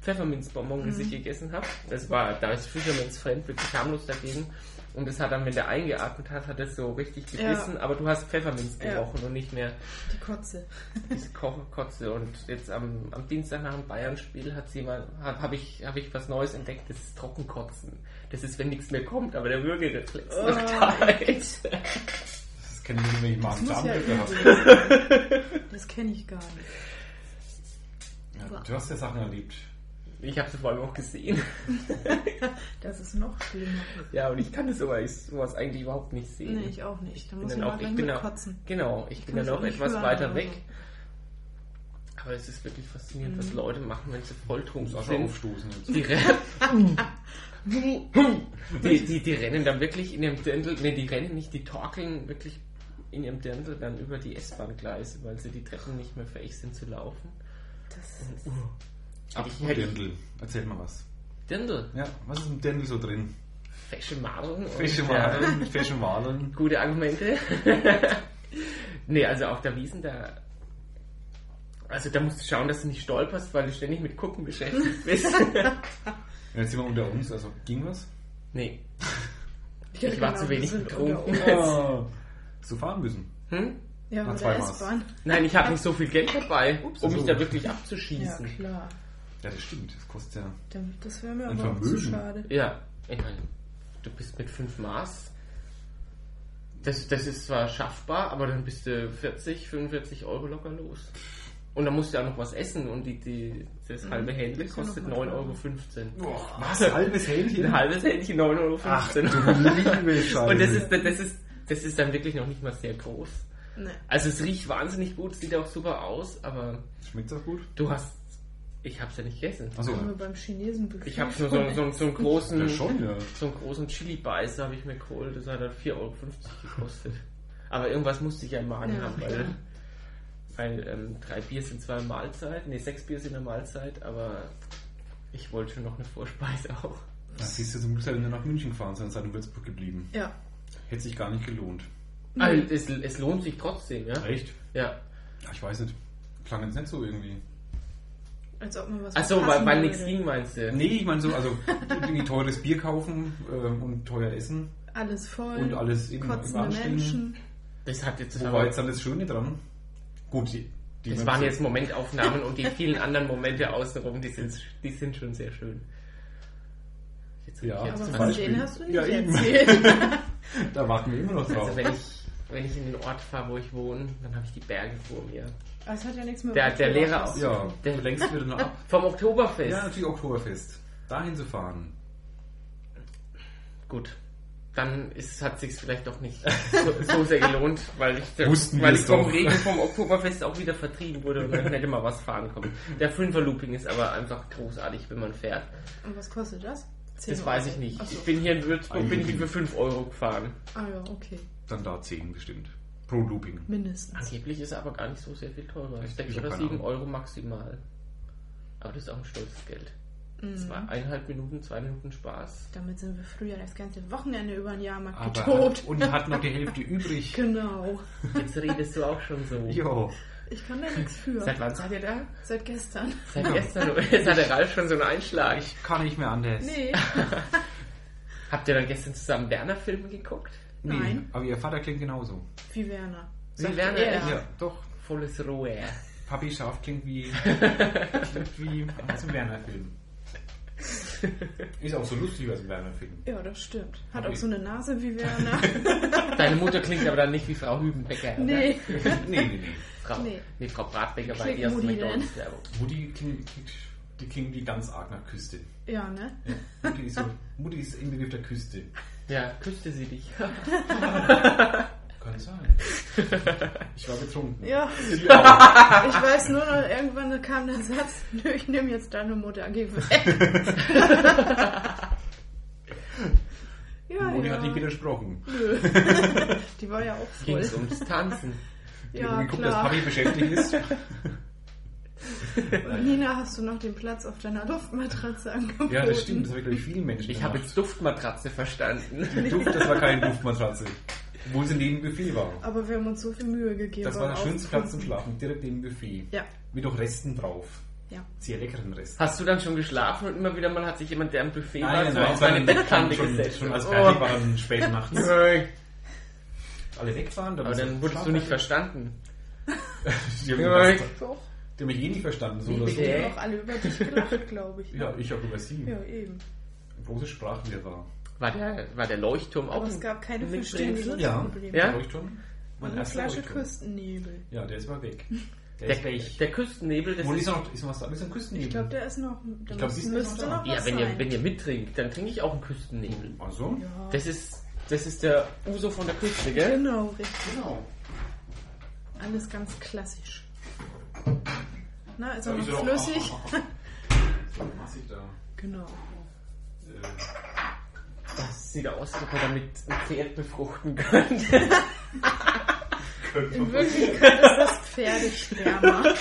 S2: Pfefferminzbonbon, das
S3: Mhm.
S2: ich gegessen habe. Das war, da ist Fisherman's Friend wirklich harmlos dagegen. Und das hat dann, wenn der eingeatmet hat, hat es so richtig
S3: Ja.
S2: gebissen, aber du hast Pfefferminz
S3: Ja.
S2: gerochen und nicht mehr
S3: Die Kotze.
S2: diese Kochkotze. Und jetzt am, am Dienstag nach dem Bayern-Spiel hat sie mal, habe hab ich, hab ich was Neues entdeckt, das ist Trockenkotzen. Das ist, wenn nichts mehr kommt, aber der Würgereflex
S3: Oh.
S2: noch da ist.
S1: Das kenne ich nicht, wenn ich mal einen
S3: Muss ja
S1: Darmdrücker habe.
S3: übel. Das kenne ich gar nicht.
S1: Ja, du hast ja Sachen erlebt.
S2: Ich habe sie vor allem auch gesehen.
S3: Das ist noch schlimmer.
S2: Ja, und ich kann das aber ich, sowas eigentlich überhaupt nicht sehen.
S3: Nee, ich auch nicht. Da
S2: bin
S3: muss ich
S2: dann
S3: mal
S2: auch,
S3: gleich
S2: ich bin
S3: mit
S2: auch,
S3: kotzen.
S2: genau, ich bin
S3: kann
S2: dann
S3: es auch
S2: auch
S3: nicht
S2: etwas
S3: hören
S2: weiter
S3: oder
S2: weg.
S3: so.
S2: Aber es ist wirklich faszinierend,
S3: Mhm.
S2: was Leute machen, wenn sie volltrunken
S1: Sascha
S2: sind.
S1: aufstoßen jetzt.
S2: Die, rennen- die, die, die rennen dann wirklich in ihrem Dirndl, nee, die rennen nicht, die torkeln wirklich in ihrem Dirndl dann über die S-Bahn-Gleise, weil sie die Treppen nicht mehr fähig sind zu laufen.
S3: Das ist
S1: Apropos
S2: hätte-
S1: Dirndl. Erzähl mal was.
S2: Dirndl,
S1: Ja, was ist im Dirndl so drin?
S2: fesche Madeln. und-
S1: Fische
S2: Ja.
S1: Walen, Fische Walen.
S2: Gute Argumente. nee, also auf der Wiesen, da. Also da musst du schauen, dass du nicht stolperst, weil du ständig mit Gucken beschäftigt bist.
S1: Jetzt sind wir unter uns, also ging was?
S2: nee.
S3: Ja,
S2: Ich war
S3: genau,
S2: zu wenig
S3: wir sind unter
S2: betrunken.
S3: uns.
S1: Oh. So fahren müssen.
S2: Hm?
S3: Ja,
S1: Na,
S3: mit
S1: zwei
S3: der
S1: Maß.
S3: S-Bahn.
S2: Nein, ich habe nicht so viel Geld dabei,
S1: Ups.
S2: um mich
S1: So.
S2: da wirklich
S3: also Ja,
S2: abzuschießen.
S3: klar.
S1: Ja, das stimmt. Das kostet ja.
S3: Stimmt, Das wäre mir
S1: Ein
S3: aber auch zu
S1: Vermögen.
S3: schade.
S2: Ja, ich meine, du bist mit 5 Maß. Das, das ist zwar schaffbar, aber dann bist du 40, 45 Euro locker los. Und dann musst du ja auch noch was essen und die, die, das halbe Händle
S3: Mhm. Ist ja noch
S2: kostet
S3: mal
S2: 9,15
S3: teurer.
S2: Euro.
S1: Was? Halbes Hähnchen?
S2: Ein halbes Händchen 9,15 Euro.
S1: liebe Scheiße.
S2: Und das ist, das, ist, das ist dann wirklich noch nicht mal sehr groß.
S3: Nee.
S2: Also es riecht wahnsinnig gut, sieht auch super aus, aber
S1: Schmeckt das gut?
S2: du hast... Ich hab's ja nicht gegessen.
S1: Achso.
S3: Haben wir beim Chinesen bekommen.
S2: Ich habe nur so, so, so einen großen...
S1: Also, Ja, schon, ja.
S2: So einen großen Chili-Beißer habe ich mir geholt, das hat dann 4,50 Euro gekostet. Aber irgendwas musste ich ja im Magen
S3: Ja,
S2: haben,
S3: klar.
S2: weil, weil ähm, drei Bier sind zwar eine Mahlzeit, nee, sechs Bier sind eine Mahlzeit, aber ich wollte schon noch eine Vorspeise auch.
S1: Na, siehst du, zum Glück seid ihr nur nach München gefahren, sondern seid in Würzburg geblieben.
S3: Ja.
S1: Hätte sich gar nicht gelohnt.
S2: Also, es, es lohnt sich trotzdem, ja?
S1: Echt?
S2: Ja.
S1: Ja, ich weiß nicht. Klang jetzt nicht so irgendwie.
S3: Als ob man was
S2: Achso, weil,
S3: verpassen
S2: weil
S3: würde.
S2: nichts ging, meinst du?
S1: Nee, ich meine so, also irgendwie teures Bier kaufen ähm, und teuer essen.
S3: Alles voll.
S1: Und alles im- im
S3: Kotzende
S1: Anstehen.
S3: Menschen.
S2: Das hat jetzt
S1: Wo
S2: aber-
S1: war jetzt dann das Schöne dran? Gut, die, die
S2: Das waren jetzt Momentaufnahmen und die vielen anderen Momente außenrum, die sind, die sind schon sehr schön. Jetzt hab
S1: Ja.
S2: ich jetzt
S3: Aber
S1: Zum
S3: von
S1: Beispiel.
S3: denen hast du nicht
S1: Ja, eben.
S3: erzählt.
S1: Da warten wir immer noch drauf.
S2: Also wenn ich, wenn ich in den Ort fahre, wo ich wohne, dann habe ich die Berge vor mir.
S3: Das hat ja nichts mehr
S2: Der-
S3: mit
S2: der Lehrer auch.
S3: Oktoberfest zu
S1: ja,
S3: tun.
S1: du lenkst wieder nur ab.
S2: Vom Oktoberfest.
S1: Ja, natürlich Oktoberfest. Dahin zu fahren.
S2: Gut. dann ist, hat sich's vielleicht doch nicht so, so sehr gelohnt, weil ich,
S1: Wussten
S2: weil
S1: wir's
S2: ich vom
S1: doch.
S2: Regen vom Oktoberfest auch wieder vertrieben wurde und dann hätte mal was fahren kommen. Der Fünfer-Looping ist aber einfach großartig, wenn man fährt.
S3: Und was kostet das?
S2: Das weiß ich nicht.
S3: Ach so.
S2: Ich bin hier in Würzburg, bin ich
S1: Eigentlich.
S2: für 5 Euro gefahren.
S3: Ah ja, okay.
S1: Dann da 10 bestimmt. Pro Looping.
S3: Mindestens.
S2: Angeblich ist er aber gar nicht so sehr viel teurer.
S1: Echt?
S2: 6
S1: Ich hab
S2: oder
S1: keine
S2: 7
S1: Ahnung.
S2: Euro maximal. Aber das ist auch ein stolzes Geld. Zwei, eineinhalb Minuten, zwei Minuten Spaß.
S3: Mhm. Damit sind wir früher das ganze Wochenende über den Jahrmarkt
S1: Aber äh,
S3: getot.
S1: und hat noch die Hälfte übrig.
S3: Genau.
S2: Jetzt redest du auch schon so.
S1: Jo.
S3: Ich kann da nichts für.
S2: Seit
S3: Seit,
S2: wann seid ihr da?
S3: gestern.
S2: Seit gestern. oder? Jetzt hat der Ralf schon so einen Einschlag.
S1: Ich kann nicht mehr anders.
S3: Nee.
S2: Habt ihr dann gestern zusammen Werner-Filme geguckt?
S1: Nee,
S3: Nein.
S1: Aber ihr Vater klingt genauso.
S3: Wie Werner.
S2: Wie
S3: Sagt
S2: Werner,
S3: er.
S2: ja.
S1: Ja, doch.
S2: Volles Rohr.
S1: Papi Schaf klingt wie. klingt wie aus dem Werner-Film. Ist auch so lustig aus dem Werner-Film.
S3: Ja, das stimmt. Hat
S1: Aber
S3: auch
S1: ich-
S3: so eine Nase wie Werner.
S2: Deine Mutter klingt aber dann nicht wie Frau Hübenbecker. oder?
S3: nee.
S1: nee, nee, nee.
S2: Frau, nee. ne?
S3: Nee.
S2: Frau Bratbecker war
S3: Klick
S2: die aus
S3: Mutti
S2: McDonalds-Werbung.
S1: Mutti klingt, klingt, die klingt wie ganz arg nach Küste.
S3: Ja, ne?
S1: Mutti ist, so, Mutti ist im Begriff der Küste.
S2: Ja, küsste sie dich.
S1: Kann sein. Ich war betrunken.
S3: Ja.
S1: Sie auch.
S3: Ich weiß nur noch, irgendwann kam der Satz, nö, ich nehme jetzt deine Mutter, geh weg. ja,
S1: Mutti
S3: ja.
S1: hat nicht widersprochen.
S3: Nö. Die war ja auch
S2: Ging
S3: voll.
S2: es ums Tanzen.
S3: Ja,
S1: um geguckt, dass
S3: klar.
S1: Papi beschäftigt ist.
S3: Und Nina, hast du noch den Platz auf deiner Luftmatratze angeboten?
S1: Ja, das stimmt. Das habe ich, glaube ich, vielen Menschen
S2: Ich habe
S1: gemacht.
S2: jetzt Duftmatratze verstanden.
S1: Duft, das war keine Duftmatratze. Obwohl sie neben dem Buffet war.
S3: Aber wir haben uns so viel Mühe gegeben.
S1: Das war der
S3: beim
S1: schönste Platz zum
S3: Aufputzen.
S1: Schlafen, direkt neben dem Buffet.
S3: Ja,
S1: Mit noch Resten drauf. eh
S3: ja.
S1: Sehr leckeren Resten.
S2: Hast du dann schon geschlafen und immer wieder mal hat sich jemand, der am Buffet war, so
S1: es
S2: auf
S1: war
S2: seine
S1: dann
S2: Bettkante
S1: schon,
S2: gesetzt?
S1: schon als
S2: Oh.
S1: fertig war, dann spät nachts.
S2: Nö.
S1: Alle weg waren.
S2: Aber dann wurdest du nicht verstanden.
S1: Die haben,
S2: Nö.
S1: mich fast-
S3: Doch.
S1: die haben mich eh nicht verstanden. So oder
S2: Nicht
S1: so.
S2: mit
S3: Wir
S2: Äh.
S3: haben auch alle über dich gelacht, glaube ich.
S1: Ja, ich auch über sie.
S3: Ja, eben.
S1: Große Sprachlehrer.
S2: War der, war der Leuchtturm auch
S3: Aber es
S2: ein-
S3: gab keine
S2: mit
S3: Verständnis.
S2: drin?
S1: Ja.
S3: Probleme.
S2: Ja?
S1: Leuchtturm.
S3: Und eine
S1: erster
S3: Flasche
S1: Leuchtturm.
S3: Küstennebel.
S1: Ja, der ist mal weg. Der,
S2: Der,
S1: ist weg.
S2: der Küstennebel, das
S1: Wo ist
S2: ist...
S1: noch, ist noch was da? Ist ein Küstennebel?
S3: Ich glaube, der ist noch. Da
S1: Ich glaub, die ist
S3: müsste
S1: noch
S3: noch
S1: da.
S3: was
S2: Ja, wenn ihr,
S3: sein.
S2: wenn ihr mittrinkt, dann trinke ich auch einen Küstennebel.
S1: Ach so?
S3: Ja.
S2: Das ist, das ist der Uso von der Küste, gell?
S3: Genau, richtig.
S1: Genau.
S3: Alles ganz klassisch. Na, ist
S1: Da
S3: auch
S1: ist er
S3: noch
S1: auch.
S3: flüssig.
S1: So massig da.
S3: Genau.
S1: Äh,
S2: Das sieht aus, als ob man damit ein Pferd befruchten könnte.
S1: Genau.
S3: In Wirklichkeit ist das Pferdeschwärmer.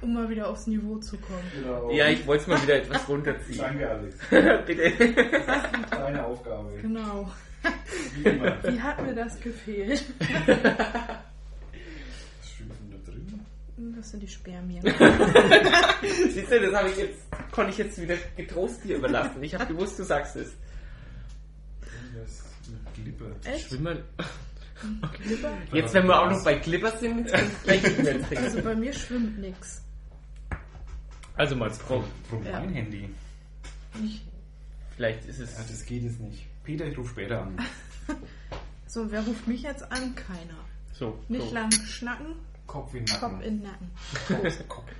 S3: Um mal wieder aufs Niveau zu kommen.
S1: genau.
S2: Ja, ich wollte es mal wieder etwas runterziehen.
S1: Danke, Alex.
S2: Bitte.
S1: Deine Aufgabe.
S3: Genau.
S1: Wie immer.
S3: Wie hat mir das gefehlt?
S1: Was schwimmt denn da drin?
S3: Das sind die Spermien.
S2: Siehst du, das habe ich jetzt, konnte ich jetzt wieder getrost dir überlassen. Ich habe gewusst, du sagst es.
S1: Irgendwas mit Glippe.
S3: Echt?
S2: Schwimmen.
S3: Glibber?
S2: Jetzt, wenn wir auch noch bei Clippers sind, jetzt kann ich gleich nicht mehr
S3: Also
S2: trinken.
S3: bei mir schwimmt nichts.
S2: Also mal Pro.
S1: Warum
S3: Ja.
S1: mein Handy?
S2: Vielleicht ist es.
S1: Ja, das geht jetzt nicht. Peter, ich rufe später an.
S3: So, wer ruft mich jetzt an? Keiner.
S2: So.
S3: Nicht
S2: so.
S3: lang schnacken,
S1: Kopf in den Nacken.
S3: Kopf in den Nacken.
S1: Kopf, Kopf.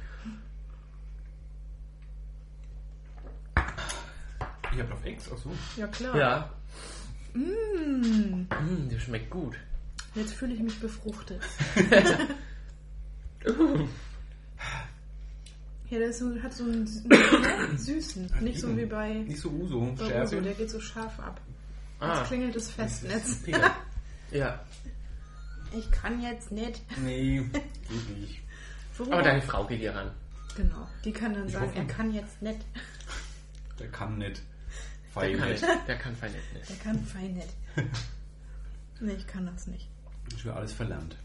S1: Ich hab auf X, ach so.
S3: Ja klar.
S2: Ja.
S3: Hm,
S2: Hm, das schmeckt gut.
S3: jetzt fühle ich mich befruchtet. Ja, der ist so, hat so einen sü- süßen. Nicht so wie bei
S1: Nicht so Uso.
S3: bei Uso,
S1: Schärfe.
S3: der geht so scharf ab.
S2: Ah,
S3: Jetzt klingelt das Festnetz.
S1: Peter.
S2: ja.
S3: Ich kann jetzt nicht.
S1: Nee, geht nicht.
S3: Worüber?
S2: Aber deine Frau geht hier ran.
S3: genau, die kann dann
S1: Ich
S3: sagen,
S1: hoffe-
S3: er kann jetzt nicht.
S1: Der kann nicht.
S2: Der
S1: Fein
S2: kann,
S1: nicht.
S2: der kann Feinheit nicht.
S3: Er kann fein nicht. Nee, ich kann das nicht.
S1: Ich habe alles verlernt.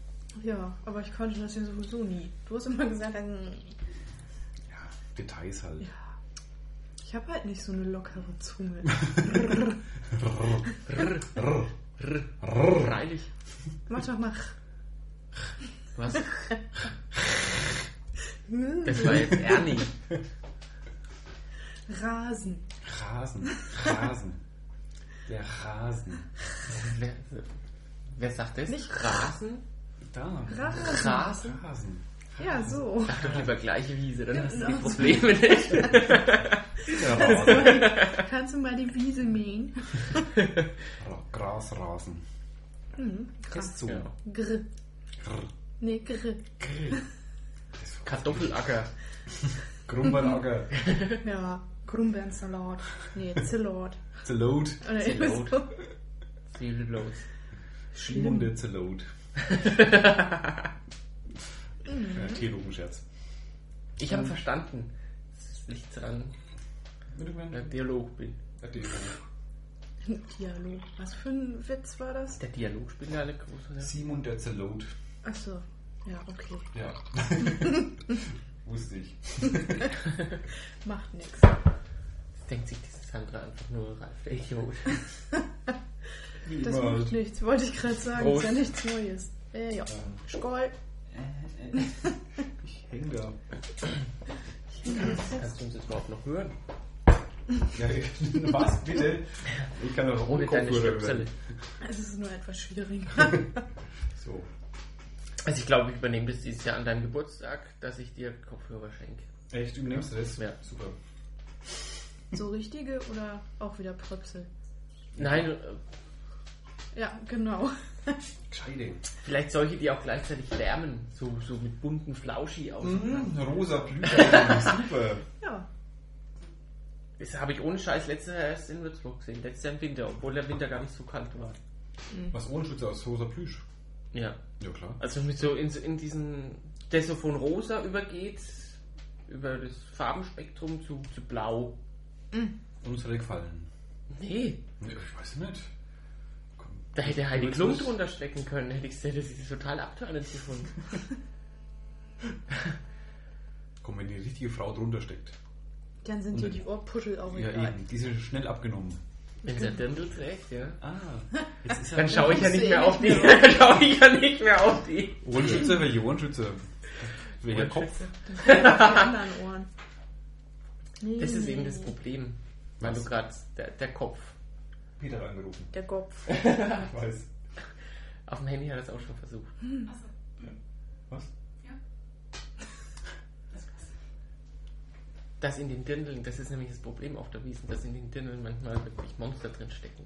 S3: Ja, aber ich konnte das ja sowieso nie. Du hast immer gesagt, ähm,
S1: Ja, Details halt.
S3: ja. Ich habe halt nicht so eine lockere Zunge.
S1: Rrr,
S2: Rrr,
S1: rrr.
S2: rrr,
S1: Rrr.
S2: Freilich.
S3: Mach doch mal.
S2: Was? Das war jetzt Ernie.
S3: Rasen.
S1: Rasen, Rasen. Der Rasen.
S2: Wer, wer sagt das?
S3: Nicht
S2: Rasen?
S1: Da.
S3: Rasen.
S2: Rasen?
S1: Rasen.
S3: Ja, so.
S2: Sag doch lieber gleiche Wiese, dann hast du die
S3: Genau.
S2: Probleme nicht.
S1: Kinderrasen.
S3: Kannst du mal die Wiese mähen?
S1: Ra- Grasrasen.
S3: Mhm. Krass.
S1: Ist so.
S2: Ja.
S3: Gr.
S1: Grr.
S3: Nee, gr.
S1: Grr.
S2: Kartoffelacker.
S1: Grumbanacker.
S3: Ja, Grumbeerensalat. Nee, Zillord.
S1: Zelot.
S3: Oder
S2: Zillord.
S3: irgendwie so.
S2: Viel los.
S1: Schlimmende Zelot. ja, Theologenscherz.
S2: Ich
S1: Ähm.
S2: habe verstanden. Es liegt daran, dass ich Dialog bin.
S3: Dialog. Was für ein Witz war das?
S2: Der Dialog spielt ja eine große Rolle.
S1: Simon der Zelot.
S3: Achso. Ja, okay.
S1: Ja. Wusste ich.
S3: Macht nichts.
S2: Denkt sich diese Sandra einfach nur Ralf, der Idiot.
S1: Wie
S3: Das
S1: immer.
S3: macht nichts, wollte ich gerade sagen.
S2: Prost.
S3: Ist ja nichts Neues. Äh, ja. Skoll.
S1: Äh, Ich häng da.
S2: Kannst du uns jetzt überhaupt noch hören?
S1: Ja, was bitte? Ich kann doch
S2: Ohne deine
S1: Kopfhörer
S2: Stöpsel.
S1: hören.
S3: Es ist nur etwas schwieriger.
S1: So.
S2: Also ich glaube, ich übernehme das dieses Jahr an deinem Geburtstag, dass ich dir Kopfhörer schenke.
S1: Echt, übernimmst du das?
S2: Ja.
S1: Super.
S3: so richtige oder auch wieder Pröpsel?
S2: Nein, äh,
S3: Ja, genau.
S1: Gescheide.
S2: vielleicht solche, die auch gleichzeitig wärmen. So, so mit bunten Flauschi aus.
S1: Mhm, rosa Blüter. Super.
S3: Ja.
S2: Das habe ich ohne Scheiß letztes Jahr erst in Würzburg gesehen. Letztes Jahr im Winter, obwohl der Winter gar nicht so kalt war.
S1: Was ohne Schütze aus rosa Plüsch.
S2: Ja.
S1: Ja, klar.
S2: Also mit so in, in diesen, der so von rosa übergeht, über das Farbenspektrum zu, zu blau.
S1: Unsere gefallen.
S2: Nee,
S1: Ja, Ich weiß nicht. Komm.
S2: da hätte Heidi Klum
S1: Würzburg-
S2: drunter stecken können. Hätte ich gesagt, das ist total abtörend gefunden.
S1: Komm, wenn die richtige Frau drunter steckt.
S3: Dann sind
S2: Mhm.
S3: dir die Ohrpuschel auch
S1: Ja,
S3: egal.
S1: eben. Die sind schnell abgenommen.
S2: Wenn sie Dirndl trägt, ja.
S1: Ah. Jetzt ist
S2: Dann schaue ich ja
S3: kommst
S2: nicht
S3: du
S2: mehr
S3: eh
S2: auf die.
S3: nicht
S2: Dann schaue ich ja nicht mehr auf die.
S1: Ohrenschütze, welche Ohrenschütze? Welcher Kopf?
S3: Die anderen Ohren. Nee,
S2: Das ist
S3: nee,
S2: eben das
S3: nee.
S2: Problem. Weil
S1: Was?
S2: du gerade der, der Kopf.
S1: Peter hat angerufen.
S3: Der Kopf.
S1: Ich weiß.
S2: Auf dem Handy hat er es auch schon versucht.
S1: Was?
S2: Das in den Dirndeln, das ist nämlich das Problem auf der Wiesen, dass in den Dirndeln manchmal wirklich Monster drin stecken.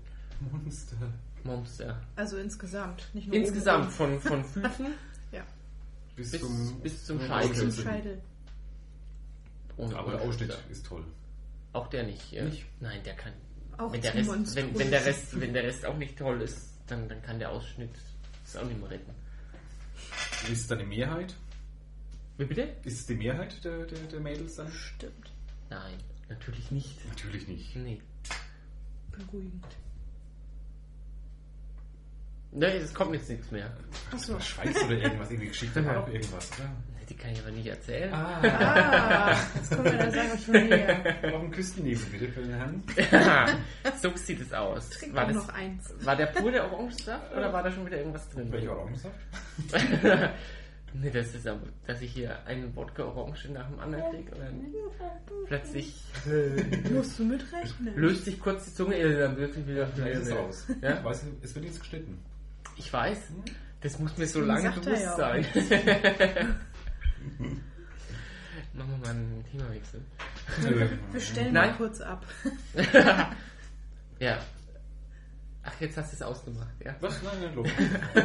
S1: Monster.
S2: Monster.
S3: Also insgesamt. Nicht nur
S2: Insgesamt von, von Füßen
S3: oben. Ja.
S1: Bis,
S2: Bis- bis zum
S3: Bis zum
S2: Scheitel.
S3: Scheitel.
S2: ohne
S1: Aber der
S2: Ausschnitt.
S1: Ausschnitt ist toll.
S2: Auch der nicht, ja.
S1: Nicht?
S2: Nein, der kann.
S3: Auch
S2: wenn, der
S3: zu
S2: Rest,
S3: monströs.
S2: wenn, wenn, der Rest, wenn der Rest auch nicht toll ist, dann, dann kann der Ausschnitt es auch nicht mehr retten.
S1: Ist es dann die Mehrheit?
S2: Wie bitte?
S1: Ist es die Mehrheit der, der, der Mädels dann?
S3: Stimmt.
S2: Nein, natürlich nicht.
S1: Natürlich nicht.
S2: Nee.
S3: Beruhigend.
S2: Nee, Ne, es kommt jetzt nichts mehr.
S3: Achso.
S1: Was Schweiz oder irgendwas? Irgendwie Geschichte war doch irgendwas, oder?
S2: Die kann ich aber nicht erzählen.
S1: Ah,
S3: Ah, jetzt kommen wir da sagen, ich will näher.
S1: auf dem Küstennebel bitte für den Herrn.
S3: Ah.
S2: so sieht es aus.
S3: Trink
S2: War,
S3: doch
S2: das,
S3: noch eins.
S2: war der pur der Orangensaft oder war da schon wieder irgendwas drin?
S1: Welcher Orangensaft?
S2: nee, das ist aber, dass ich hier einen Wodka Orange nach dem anderen kriege und dann plötzlich
S3: Musst du mitrechnen?
S2: löst sich kurz die Zunge, äh, dann wird sie wieder
S1: Da ist es
S2: Ja.
S1: raus. Ich
S2: Ja?
S1: weiß, nicht, es wird jetzt geschnitten.
S2: Ich weiß, das muss mir so lange
S3: Sagt er
S2: bewusst
S3: ja auch.
S2: sein. Machen wir mal einen Themawechsel.
S3: Wir stellen
S2: Nein.
S3: mal kurz ab.
S2: Ja. Ach, jetzt hast du es ausgemacht, ja?
S1: Was? Nein, nein, los.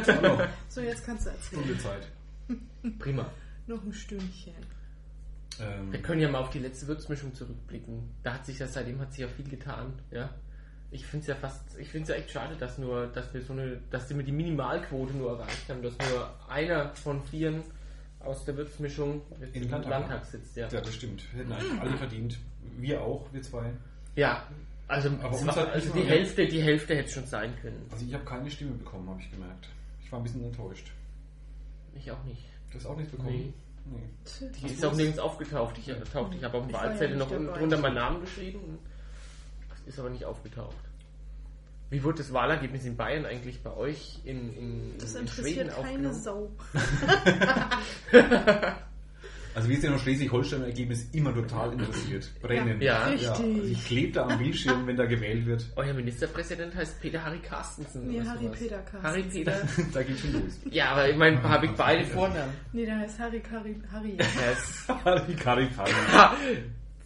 S1: Hallo,
S3: So, jetzt kannst du erzählen.
S1: Stunde Zeit.
S2: Prima.
S3: Noch ein Stündchen.
S2: Wir
S1: Ähm,
S2: können ja mal auf die letzte Würzmischung zurückblicken. Da hat sich ja seitdem hat sich ja viel getan, ja. Ich finde es ja fast, ich finde es ja echt schade, dass nur, dass wir so eine, dass wir die Minimalquote nur erreicht haben, dass nur einer von vieren aus der Würzmischung jetzt
S1: Im
S2: im Landtag,
S1: Landtag,
S2: sitzt, ja.
S1: ja, das stimmt. Wir hätten eigentlich alle verdient. Wir auch, wir zwei.
S2: Ja, also, es
S1: uns
S2: war,
S1: hat
S2: also
S1: nicht
S2: die
S1: mal-
S2: Hälfte, die Hälfte hätte schon sein können.
S1: Also ich habe keine Stimme bekommen, habe ich gemerkt. Ich war ein bisschen enttäuscht.
S2: Ich auch nicht.
S1: Du hast auch nichts bekommen? Nee.
S2: Die ist auch nirgends aufgetaucht. Ich, äh, taucht, ich habe auf dem
S3: Ich war ja
S2: Wahlzettel noch
S3: nicht
S2: unten
S3: dabei.
S2: drunter meinen Namen geschrieben. Das ist aber nicht aufgetaucht. Wie wurde das Wahlergebnis in Bayern eigentlich bei euch in, in,
S3: Das
S2: in Schweden
S3: interessiert keine
S2: aufgenommen?
S3: Sau.
S1: Also wir sind ja noch Schleswig-Holstein-Ergebnis immer total interessiert. Brennen.
S2: Ja.
S3: Richtig.
S1: Also ich klebe da am Bildschirm, wenn da gewählt wird.
S2: Euer Ministerpräsident heißt Peter Harry Carstensen.
S3: Nee,
S2: oder
S3: Harry
S2: sowas.
S3: Peter Carstensen.
S2: Harry Peter.
S1: da geht schon los.
S2: Ja, aber ich meine, habe ich beide Vornamen.
S3: Nee, der heißt Harry Kari Harry.
S2: Yes.
S1: Harry Kari Kari.
S2: Ha,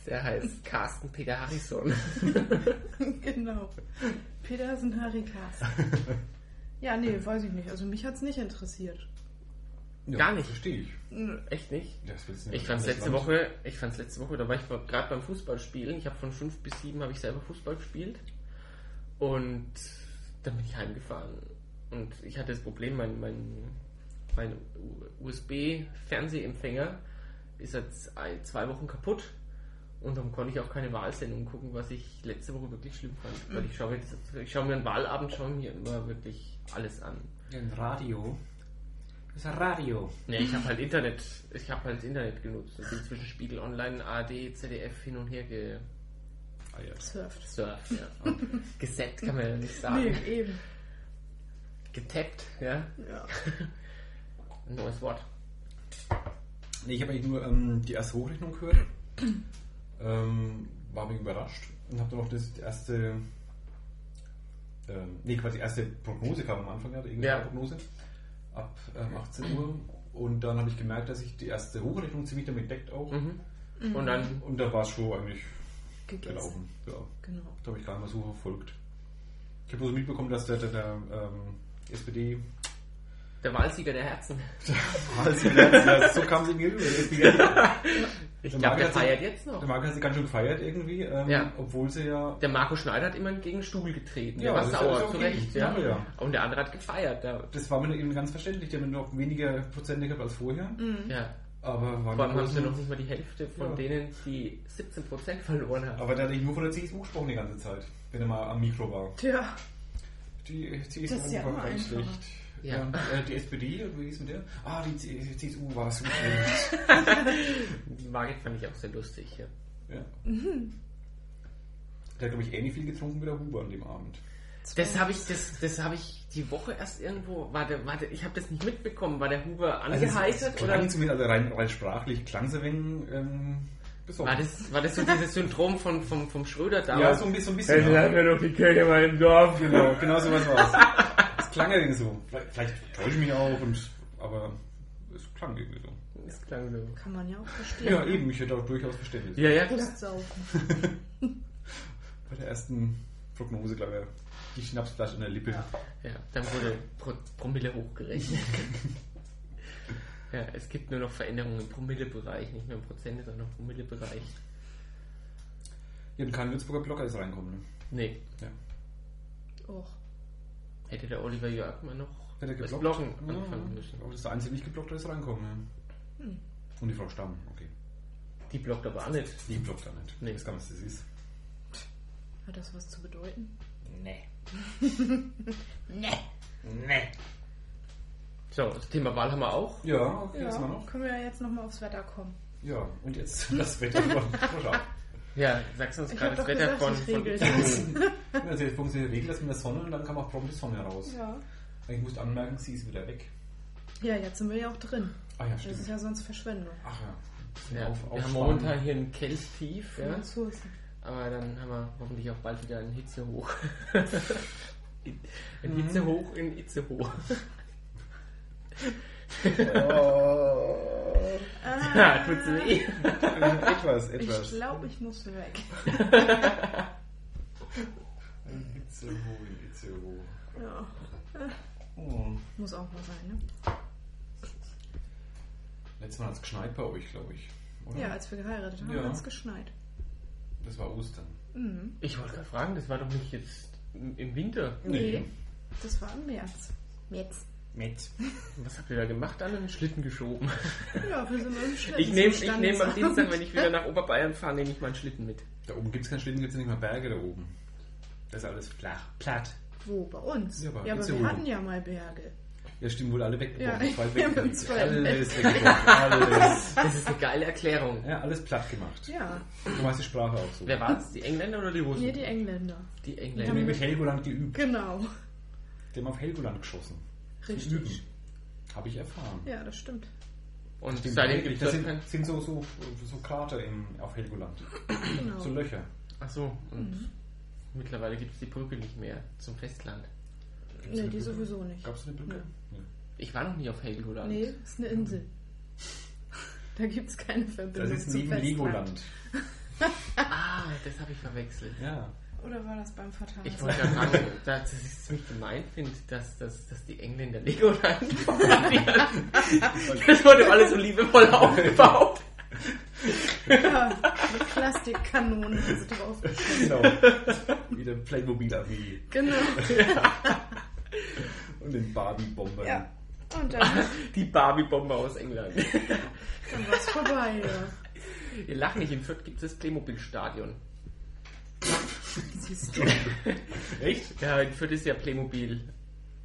S2: Der heißt Carsten Peter Harrison.
S3: genau. Petersen Harry Carsten. Ja, nee, weiß ich nicht. Also mich hat's nicht interessiert.
S1: Ja,
S2: Gar nicht.
S1: Verstehe ich.
S2: Echt nicht?
S1: Das willst du nicht
S2: Ich fand's
S1: anders
S2: letzte
S1: machen.
S2: Woche, ich fand's letzte Woche, da war ich gerade beim Fußballspielen. Ich habe von fünf bis sieben habe ich selber Fußball gespielt und dann bin ich heimgefahren und ich hatte das Problem, mein mein mein USB Fernsehempfänger ist jetzt ein, zwei Wochen kaputt und dann konnte ich auch keine Wahlsendungen gucken, was ich letzte Woche wirklich schlimm fand, weil ich schaue jetzt, ich schaue mir einen Wahlabend schaue mir immer wirklich alles an.
S4: Ein Radio. Das Radio.
S2: Nee, ich habe halt Internet, ich habe halt das Internet genutzt und bin zwischen Spiegel Online, AD, ZDF hin und her
S1: Ah, ja.
S3: Surft.
S2: gesurft, ja. Und gesetzt kann man ja nicht sagen.
S3: Nee, eben.
S2: Getappt, ja.
S3: Ja.
S2: Ein neues Wort.
S1: Nee, ich habe eigentlich nur ähm, die erste Hochrechnung gehört. ähm, war mich überrascht und habe dann auch das erste. Ähm, nee, quasi die erste Prognose kam am Anfang, ja, irgendeine
S2: Ja.
S1: Prognose. Ab ähm, 18 Uhr. Und dann habe ich gemerkt, dass ich die erste Hochrechnung ziemlich damit deckt auch.
S2: Mhm. Und dann,
S1: Und da war es schon eigentlich
S3: Gegessen.
S1: gelaufen. Ja,
S3: Genau.
S1: da habe ich gar nicht mehr so verfolgt. Ich habe bloß mitbekommen, dass der, der, der ähm, SPD
S2: der Wahlsieger der Herzen.
S1: Also, ja, so kam sie mir über. Der
S2: Ich
S1: Der
S2: glaube,
S1: Marco hat
S2: der feiert
S1: sich-
S2: jetzt noch.
S1: Marc hat sie ganz schön gefeiert irgendwie, ähm,
S2: Ja.
S1: obwohl sie ja.
S2: Der Marco Schneider hat immer gegen den Stuhl getreten.
S1: Ja,
S2: der war
S1: das ist ja
S2: sauer,
S1: okay.
S2: zu Recht, ja.
S1: Ja, ja.
S2: Und der andere hat gefeiert. Da,
S1: Das war mir eben ganz verständlich, die haben noch weniger Prozente gehabt als vorher.
S2: ja.
S1: Aber waren
S2: Mhm. Vor allem haben
S1: großen-
S2: sie noch nicht mal die Hälfte von
S1: Ja.
S2: denen, die 17% verloren haben.
S1: Aber der hat nicht nur von der CSU gesprochen die ganze Zeit, wenn er mal am Mikro war.
S3: Tja,
S1: Die CSU
S3: Das ist ja
S1: war
S3: immer
S1: ganz
S3: einfacher.
S1: schlecht.
S2: Ja.
S1: Und, äh, die SPD, wie ist mit der? Ah, die C- CSU war so schlecht.
S2: Die Margit fand ich auch sehr lustig, ja.
S1: ja. Der hat, glaube ich, ähnlich viel getrunken wie der Huber an dem Abend.
S2: Das habe ich, das, das habe ich die Woche erst irgendwo. Warte, warte, ich habe das nicht mitbekommen. War der Huber
S1: Also
S2: angeheitert
S1: klang
S2: oder?
S1: zumindest, also rein, rein sprachlich klang sie wenn ähm, besoffen.
S2: War das, war das so dieses Syndrom von, vom, vom Schröder damals?
S1: Ja, so ein bisschen. So ein bisschen ja.
S2: wir doch die Kirche mal im Dorf.
S1: Genau, genau so was war's. Es klang ja irgendwie so. Vielleicht, vielleicht täusche ich mich auch, und, aber es klang irgendwie so.
S2: Das klang so.
S3: kann man ja auch verstehen.
S1: Ja, eben, ich hätte auch durchaus Verständnis.
S2: Ja, ja.
S3: Brustsaufen.
S1: Bei der ersten Prognose, glaube ich, die Schnapsflasche in der Lippe.
S2: ja dann wurde Pro Promille hochgerechnet. ja, es gibt nur noch Veränderungen im Promillebereich, nicht mehr im Prozent, sondern im Promillebereich.
S1: Hier kann Würzburger Blocker ist reinkommen. Ne?
S2: Nee,
S1: Ja.
S3: Och.
S2: hätte der Oliver Jörg mal noch
S1: Hätte er
S2: das
S1: geblockt. Ah.
S2: Blocken
S1: ja,
S2: anfangen müssen.
S1: Aber das ist der einzige nicht geblockt, der ist reinkommen. Ne? Und die Frau Stamm, okay.
S2: Die blockt aber auch nicht.
S1: Die blockt er nicht.
S2: Nee.
S1: Das kann man, was das ist.
S3: Hat das was zu bedeuten?
S4: Nee.
S3: Nee.
S4: Nee.
S2: So, das Thema Wahl haben wir auch.
S1: Ja, okay,
S3: Ja,
S1: das war noch.
S3: können wir ja jetzt nochmal aufs Wetter kommen.
S1: Ja, und jetzt das Wetter von Frau
S2: Ja, sagst du uns
S3: Ich
S2: gerade das
S3: hab doch
S2: Wetter
S3: gesagt,
S2: von,
S3: ich
S2: von
S3: regel
S2: Italien.
S1: Also jetzt funktioniert der Regel das mit der Sonne und dann kam auch prompt die Sonne raus.
S3: Ja.
S1: Ich muss anmerken, sie ist wieder weg.
S3: Ja, jetzt sind wir ja auch drin.
S1: Ah ja,
S3: Das ist
S1: stimmt.
S3: ja sonst Verschwendung.
S1: Ach ja.
S2: Ja,
S1: Auf-
S2: wir haben
S1: aufsparen.
S2: momentan hier einen Kelchtief, ja,
S3: Ressourcen.
S2: aber dann haben wir hoffentlich auch bald wieder einen Hitzehoch. in, in Hitzehoch, in Itzehoch.
S1: Oh.
S2: Ja, tut's
S3: Ah.
S2: weh.
S1: Äh, etwas,
S3: Ich
S1: etwas.
S3: glaube, ich muss weg.
S1: Äh, Itzehoe, Itzehoe.
S3: Ja.
S1: Oh.
S3: Muss auch mal sein, ne?
S1: Letztes Mal hat es geschneit bei euch, glaube ich. Oder?
S3: Ja, also- als wir geheiratet haben,
S1: Ja.
S3: hat es geschneit.
S1: das war Ostern.
S3: Mhm.
S2: Ich wollte gerade fragen, das war doch nicht jetzt im im Winter.
S1: Nee.
S3: Nee. Das war im März. März.
S4: Mit.
S2: Was habt ihr da gemacht? Alle einen Schlitten geschoben.
S3: Ja, wir sind im Schlitten.
S2: Ich nehme ich nehm am Dienstag, wenn ich wieder nach Oberbayern fahre, nehme ich meinen Schlitten mit.
S1: Da oben gibt es keinen Schlitten, gibt es nicht mal Berge da oben. Das ist alles flach.
S4: Platt.
S3: Wo? Bei uns?
S1: Ja,
S3: Ja,
S1: aber
S3: aber, ja, aber
S1: Itzehoe.
S3: wir hatten ja mal Berge.
S1: Ja, stimmt, wohl alle weggebrochen.
S3: Ja,
S1: Zwei
S3: wir haben
S1: weggebrochen.
S3: zwei
S1: Alles weggebrochen. Alles.
S2: Das ist eine geile Erklärung.
S1: Ja, alles platt gemacht.
S3: Ja.
S1: Du meinst die Sprache auch so.
S2: Wer war es? Die Engländer oder die Russen?
S3: Hier die Engländer.
S2: die
S1: Die
S2: Engländer.
S1: haben mit Helgoland geübt.
S3: Genau.
S1: Die haben auf Helgoland geschossen.
S3: Richtig.
S1: Habe ich erfahren.
S3: Ja, das stimmt.
S2: Und
S1: Stimmt,
S2: seitdem
S1: wirklich.
S2: gibt
S1: das
S2: es kein...
S1: sind, sind so, so, so Krater im, auf Helgoland.
S3: Genau.
S1: So Löcher.
S2: Ach so, und
S3: Mhm.
S2: mittlerweile gibt es die Brücke nicht mehr zum Festland.
S3: nee, die sowieso nicht.
S1: Gab es eine Brücke? Nee.
S2: Ich war noch nie auf Helgoland.
S3: Nee, ist eine Insel. Da gibt es keine Verbindung.
S1: Das ist
S3: zum
S1: neben
S3: Festland.
S1: Legoland.
S2: Ah, das habe ich verwechselt.
S4: Ja.
S3: Oder war das beim Fatal?
S2: Ich wollte ja sagen, dass ich es ziemlich gemein finde, dass, dass, dass die Engländer Legoland Das wurde alles so liebevoll aufgebaut.
S3: ja, mit Plastikkanonen haben sie drauf.
S1: Genau. Wieder Playmobil-Armee
S3: Genau.
S1: und den Barbie-Bombern.
S3: Ja. Und dann,
S2: Die Barbie-Bombe aus England.
S3: dann war es vorbei. Ja.
S2: Ihr lacht nicht, in Fürth gibt es das Playmobil-Stadion.
S3: Siehst du.
S1: Echt?
S2: Ja, in Fürth ist ja Playmobil.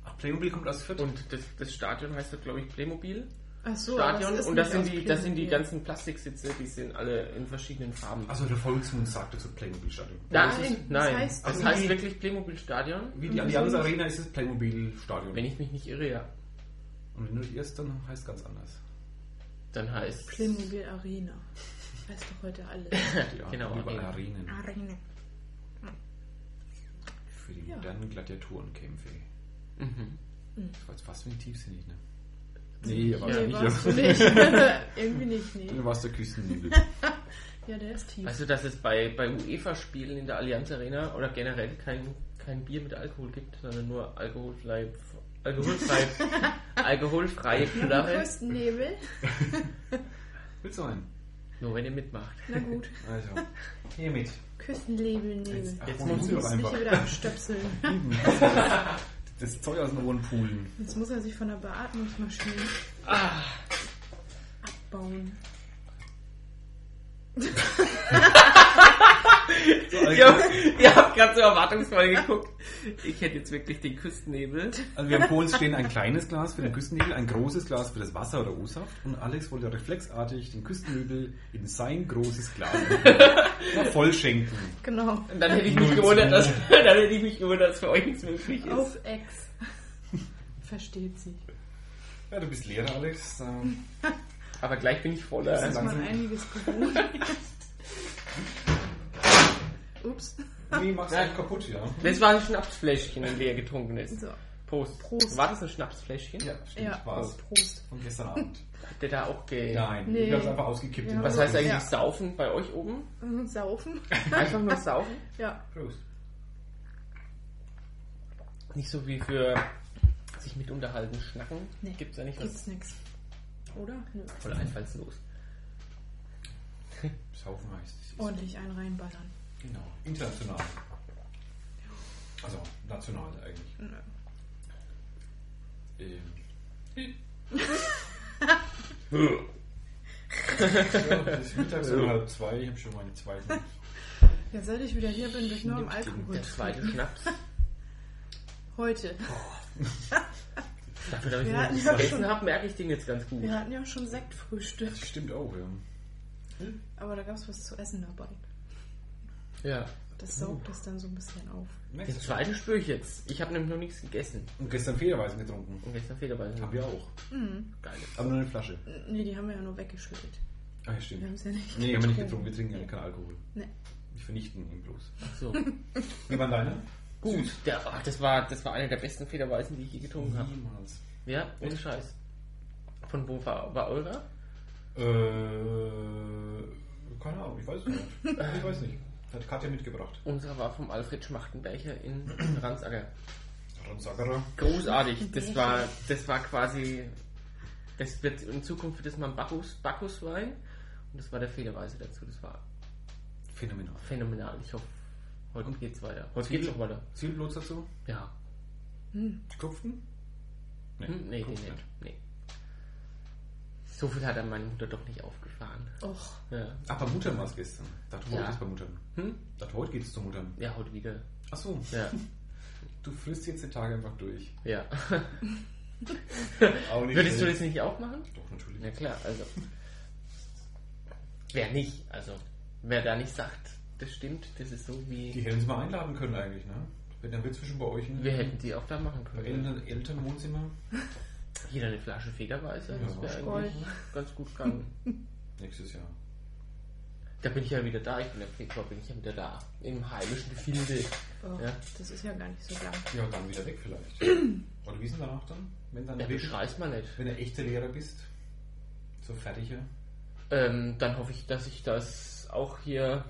S4: Ach, Playmobil kommt aus Fürth.
S2: Und das, das Stadion heißt doch, glaube ich, Playmobil.
S3: Ach so,
S2: Stadion.
S3: das ist
S2: und das
S3: nicht
S2: sind, die,
S3: aus
S2: das sind die
S3: Playmobil.
S2: ganzen Plastiksitze, die sind alle in verschiedenen Farben.
S1: Also der Volksmund sagte zu Playmobil-Stadion.
S2: nein,
S3: das
S2: nein.
S3: heißt-
S2: das
S1: Ach,
S2: heißt
S1: wie-
S2: wirklich Playmobil-Stadion.
S1: Wie die Allianz Arena ist es Playmobil-Stadion.
S2: Wenn ich mich nicht irre, ja.
S1: Und wenn du erst, dann heißt es ganz anders.
S2: Dann heißt
S3: Playmobil Arena. Weißt du heute alles.
S1: Ja,
S2: Genau,
S1: überall
S2: Arena.
S1: Arenen.
S3: Arena.
S1: Für die
S3: Ja. Hm.
S1: modernen Gladiatorenkämpfe.
S2: Mhm.
S1: Das war jetzt fast wie ein Tiefsinnig, ne? Nee, aber
S3: Nee, warst du
S1: nicht.
S3: nicht. Irgendwie nicht, nee.
S1: Dann warst der Küstennebel.
S3: Ja, der ist tief.
S2: Weißt du, dass es bei, bei UEFA-Spielen in der Allianz Arena oder generell kein, kein Bier mit Alkohol gibt, sondern nur alkoholfrei, alkoholfrei, alkoholfreie
S3: Am
S2: Flache?
S3: größten Nebel.
S1: Willst du einen?
S2: Nur wenn ihr mitmacht.
S3: Na gut.
S1: Also, hiermit.
S3: Küstenlebel, Nebel.
S1: Ach,
S2: Jetzt
S1: holen
S2: muss
S1: Sie
S3: Muss
S1: doch
S3: mich
S1: einfach
S3: hier wieder abstöpseln.
S1: das Zeug aus den Ohren pulen.
S3: Jetzt muss er sich von der Beatmungsmaschine
S2: Ah.
S3: abbauen.
S2: Ihr
S1: Also,
S2: habt, ihr habt gerade so erwartungsvoll geguckt. Ich hätte jetzt wirklich den Küstennebel.
S1: Also wir haben vor uns stehen ein kleines Glas für den Küstennebel, ein großes Glas für das Wasser oder O-Saft und Alex wollte reflexartig den Küstennebel in sein großes Glas mal voll schenken.
S3: Genau.
S2: Und dann hätte ich mich gewundert, dass, dann hätte ich mich gewundert, dass für euch nichts möglich ist.
S3: Auf Ex. Versteht sie.
S1: Ja, du bist Lehrer, Alex. Ähm,
S2: Aber gleich bin ich voller.
S3: Da ist man
S1: Langsam.
S3: einiges gewohnt. Ups.
S1: Nee, mach's einfach kaputt, Ah. ja.
S2: Das war ein Schnapsfläschchen, in der getrunken ist.
S3: So.
S2: Prost.
S3: Prost.
S2: War das ein Schnapsfläschchen?
S1: Ja, stimmt,
S3: Ja,
S1: war's.
S3: Prost.
S1: Von gestern Abend.
S2: Habt ihr da auch ge...
S1: Nein,
S3: Nee.
S1: ich hab's einfach ausgekippt.
S3: Ja.
S2: Was heißt eigentlich
S3: Ja.
S2: saufen bei euch oben?
S3: Und Mhm, Saufen.
S2: Einfach nur saufen?
S3: Ja.
S1: Prost.
S2: Nicht so wie für sich mit unterhalten, schnacken.
S3: Nee.
S2: Gibt's da nicht was?
S3: Gibt's nix. Oder? Nö.
S2: Voll einfallslos.
S1: Saufen heißt es.
S3: Ordentlich einen reinballern.
S1: Genau, international. Also, national eigentlich. Ähm. ja, es ist mittags um halb zwei, ich habe schon meine zweite.
S3: Ja, seit ich wieder hier bin, bin ich nur am Alkohol.
S2: Der zweite Schnaps.
S3: Heute.
S2: Dafür, dass ich
S3: Ja,
S2: nichts
S3: ja,
S2: gegessen
S3: schon.
S2: habe, merke ich den jetzt ganz gut.
S3: Wir hatten ja schon Sektfrühstück,
S1: Das stimmt auch, ja.
S3: aber da gab's was zu essen dabei.
S2: Ja.
S3: Das saugt das dann so ein bisschen auf.
S2: Den
S1: Merkst du?
S2: zweiten spüre ich jetzt. Ich habe nämlich noch nichts gegessen.
S1: Und gestern Federweisen getrunken.
S2: Und gestern Federweise.
S1: Haben wir auch.
S2: Geil.
S1: Aber nur eine Flasche.
S3: Nee, die haben wir ja nur weggeschüttet.
S1: Ah, ja,
S3: Wir
S1: stimmt.
S3: haben's ja nicht
S1: Nee, haben wir nicht getrunken, wir trinken ja keinen Alkohol.
S3: Nee.
S1: Wir vernichten ihn bloß.
S2: Ach so.
S1: Wie waren deine?
S2: gut. Der, ach, das war, das war eine der besten Federweisen, die ich je getrunken habe.
S1: Niemals.
S2: Ja, ohne Scheiß. Von wo war, war eurer?
S1: Äh, keine Ahnung, ich weiß es nicht. Ich weiß nicht. Hat Katja mitgebracht.
S2: Unserer war vom Alfred Schmachtenberger in Ransacker.
S1: Ransagerer.
S2: Großartig. Das war, das war quasi. Das wird in Zukunft wird das mal ein Bacchus, Bacchuswein. Und das war der Fehlerweise dazu. Das war
S1: Phänomenal.
S2: phänomenal. Ich hoffe, heute
S1: Und
S2: geht's weiter. Heute geht's auch weiter.
S1: Zwiebelblut dazu?
S2: Ja.
S1: Kupfen? Nee,
S2: Hm? Nee, nee,
S1: Kupfen
S2: nee, nee. So viel hat er meine Mutter doch nicht aufgefahren.
S3: Och,
S2: Ja.
S1: Ach, Ah, bei Muttern war es gestern. Dachte, heute
S2: Ja.
S1: ist bei Muttern.
S2: Hm?
S1: Dachte, heute geht's zu Muttern.
S2: Ja, heute wieder.
S1: Ach so.
S2: Ja.
S1: Du frisst jetzt die Tage einfach durch.
S2: ja.
S1: Auch nicht
S2: Würdest du
S1: schlecht.
S2: das nicht auch machen?
S1: Doch, natürlich.
S2: Na klar, also. Wer nicht, also. Wer da nicht sagt, das stimmt, das ist so
S1: Die
S2: wie.
S1: hätten sie mal einladen können eigentlich, ne? Wenn dann wird zwischen bei euch in
S2: Wir hätten die auch da machen können.
S1: Eltern, Elternwohnzimmer.
S2: Jeder eine Flasche Federweiße, das
S1: Ja,
S2: wäre
S3: voll.
S2: eigentlich ganz gut gegangen.
S1: Nächstes Jahr.
S2: Da bin ich ja wieder da, ich bin der Februar, bin ich ja wieder da. Im heimischen Gefilde.
S3: och
S2: Ja.
S3: das ist ja gar nicht so lang.
S1: Ja, dann wieder weg vielleicht. Oder wie ist denn danach dann? Wenn dann
S2: Ja,
S1: wirklich-
S2: beschreiß mal nicht.
S1: wenn du echter Lehrer bist, so fertiger.
S2: Ähm, dann hoffe ich, dass ich das auch hier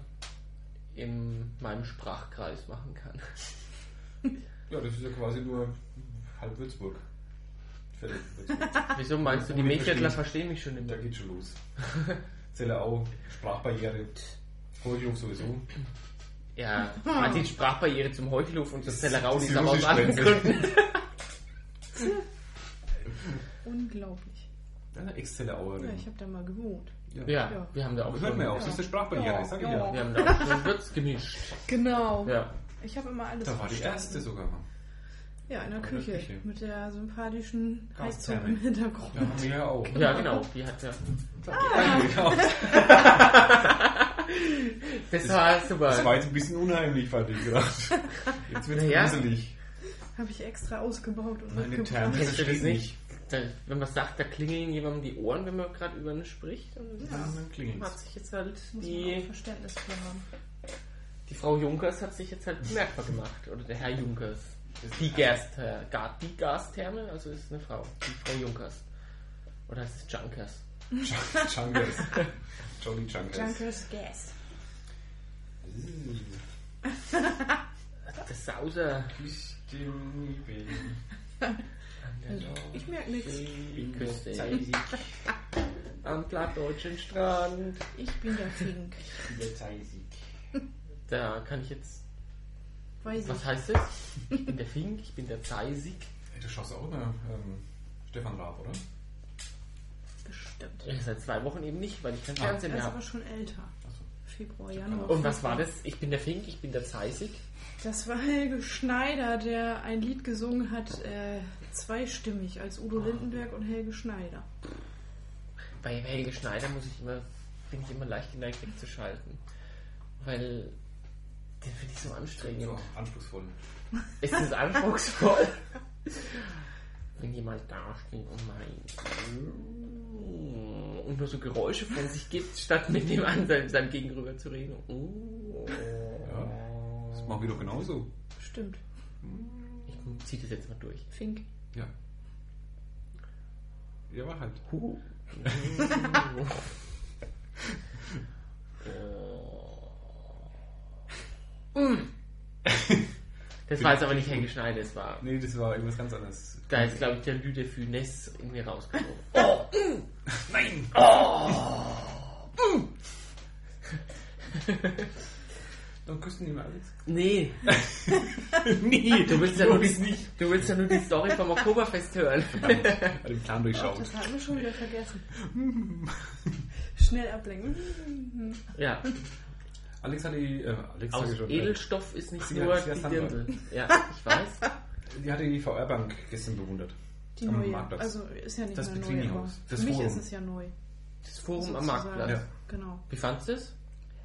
S2: in meinem Sprachkreis machen kann.
S1: Ja, das ist ja quasi nur halb Würzburg. Viertel Würzburg.
S2: Wieso meinst du, die
S1: Ohne
S2: Mädchen
S1: verstehen.
S2: verstehen mich schon immer?
S1: Da geht schon los. Zellerau, Sprachbarriere. Vorjung sowieso.
S2: Ja,
S3: Hm.
S2: man sieht Sprachbarriere zum Heuchelhof und das Zellerau,
S1: Das
S2: die
S1: ist
S2: ist aber aus
S1: die
S2: anderen
S1: Grenze.
S2: Gründen.
S3: Unglaublich.
S1: Ja, Ex-Zellerauer.
S3: Ja, genau. ich habe da mal gewohnt.
S2: Ja,
S3: Ja.
S2: wir haben da auch
S1: Das hört
S2: schon,
S1: mir
S2: wir
S1: auf, das ist eine Sprachbarriere,
S3: Ja.
S1: sag ich
S3: Ja.
S1: ja.
S2: haben da auch schon Würz gemischt.
S3: Genau.
S2: Ja.
S3: Ich habe immer alles
S1: Da war die
S3: verstanden.
S1: erste sogar.
S3: Ja, in der
S1: In der
S3: Küche.
S1: Küche.
S3: Mit der sympathischen Heizung
S1: Gasthermik.
S3: im Hintergrund.
S1: Da haben wir ja auch.
S2: ja, genau, die hat ja.
S1: Ja.
S2: Das war
S1: Das war
S2: super.
S1: jetzt ein bisschen unheimlich, fand ich gerade. Jetzt wird's
S2: Naja.
S1: gruselig.
S3: Habe ich extra ausgebaut und
S1: Meine
S3: mitgebracht.
S1: Therme
S2: Kennst du das
S1: versteht
S2: nicht?
S1: nicht.
S2: Da, wenn man sagt, da klingeln jemandem die Ohren, wenn man gerade über eine spricht. Und
S3: Ja.
S1: Dann
S2: hat
S1: klingelt's.
S2: sich jetzt halt
S3: Muss man auch
S2: die,
S3: Verständnis für haben.
S2: die Frau Junkers hat sich jetzt halt bemerkbar gemacht. Oder der Herr Junkers. Die, Gerst, äh, Gar- die Gastherme, also ist eine Frau. Die Frau Junkers. Oder heißt es Junkers?
S1: Chungus. Jolly Chungus.
S3: Junkers Gas.
S2: Das Sauser.
S1: Küsst den Baby.
S3: Also, Ich merke nichts.
S2: Küste am plattdeutschen Strand.
S3: Ich bin der Fink.
S2: Da kann ich jetzt.
S3: Weiß
S2: Was
S3: ich.
S2: heißt das? Ich bin der Fink, ich bin der Zeisig.
S1: Hey, du schaust auch immer ähm, Stefan Raab, oder?
S3: Bestimmt.
S2: Ja, Seit zwei Wochen eben nicht, weil ich kein Fernsehen
S3: Er
S2: mehr
S3: ist
S2: habe.
S3: aber schon älter.
S1: so.
S3: Februar, Januar.
S2: Und was war das? Ich bin der Fink, ich bin der Zeisig.
S3: Das war Helge Schneider, der ein Lied gesungen hat, äh, zweistimmig, als Udo
S1: Ah.
S3: Lindenberg und Helge Schneider.
S2: Bei Helge Schneider muss ich immer, bin ich immer leicht geneigt wegzuschalten. Weil den finde ich so anstrengend.
S1: So, anspruchsvoll.
S2: Es ist anspruchsvoll. Wenn jemand da steht und meint und nur so Geräusche von sich gibt, statt mit dem anderen seinem Gegenüber zu reden. Oh,
S1: Ja. Das machen wir doch genauso.
S3: Stimmt.
S2: Ich ziehe das jetzt mal durch.
S3: Fink.
S1: Ja. Ja, war halt.
S2: Oh. Oh. Das war jetzt aber nicht Helge Schneider, das war.
S1: Nee, das war irgendwas ganz anderes.
S2: Da ist, glaube ich, der Lüde Funès in mir rausgekommen.
S1: Nein! Dann küssen die mal alles.
S2: Nee,
S1: nee,
S2: du willst, ja nur
S1: das
S2: die,
S1: nicht.
S2: du willst ja nur die Story vom Oktoberfest hören.
S1: Hat den Plan durchschaut.
S3: Das hatten wir schon wieder vergessen. Schnell ablenken.
S2: Ja,
S1: Alex hat die. Äh, Alex sag
S2: aus
S1: ich schon,
S2: Edelstoff ist nicht
S1: Ja,
S2: nur
S1: sehr
S2: die
S1: sanfter.
S2: Dirndl. Ja, ich weiß.
S1: äh, Die hatte die VR-Bank gestern bewundert.
S3: Die
S1: Am
S3: neue.
S1: Marktplatz.
S3: Also ist ja nicht
S1: Das
S3: mehr neu.
S1: Bikini-Haus.
S3: aber
S1: Das
S3: Für mich
S1: Forum.
S3: ist es ja neu.
S2: Das Forum am
S3: sozusagen.
S2: Marktplatz.
S1: Ja.
S3: Genau.
S2: Wie fandst du es?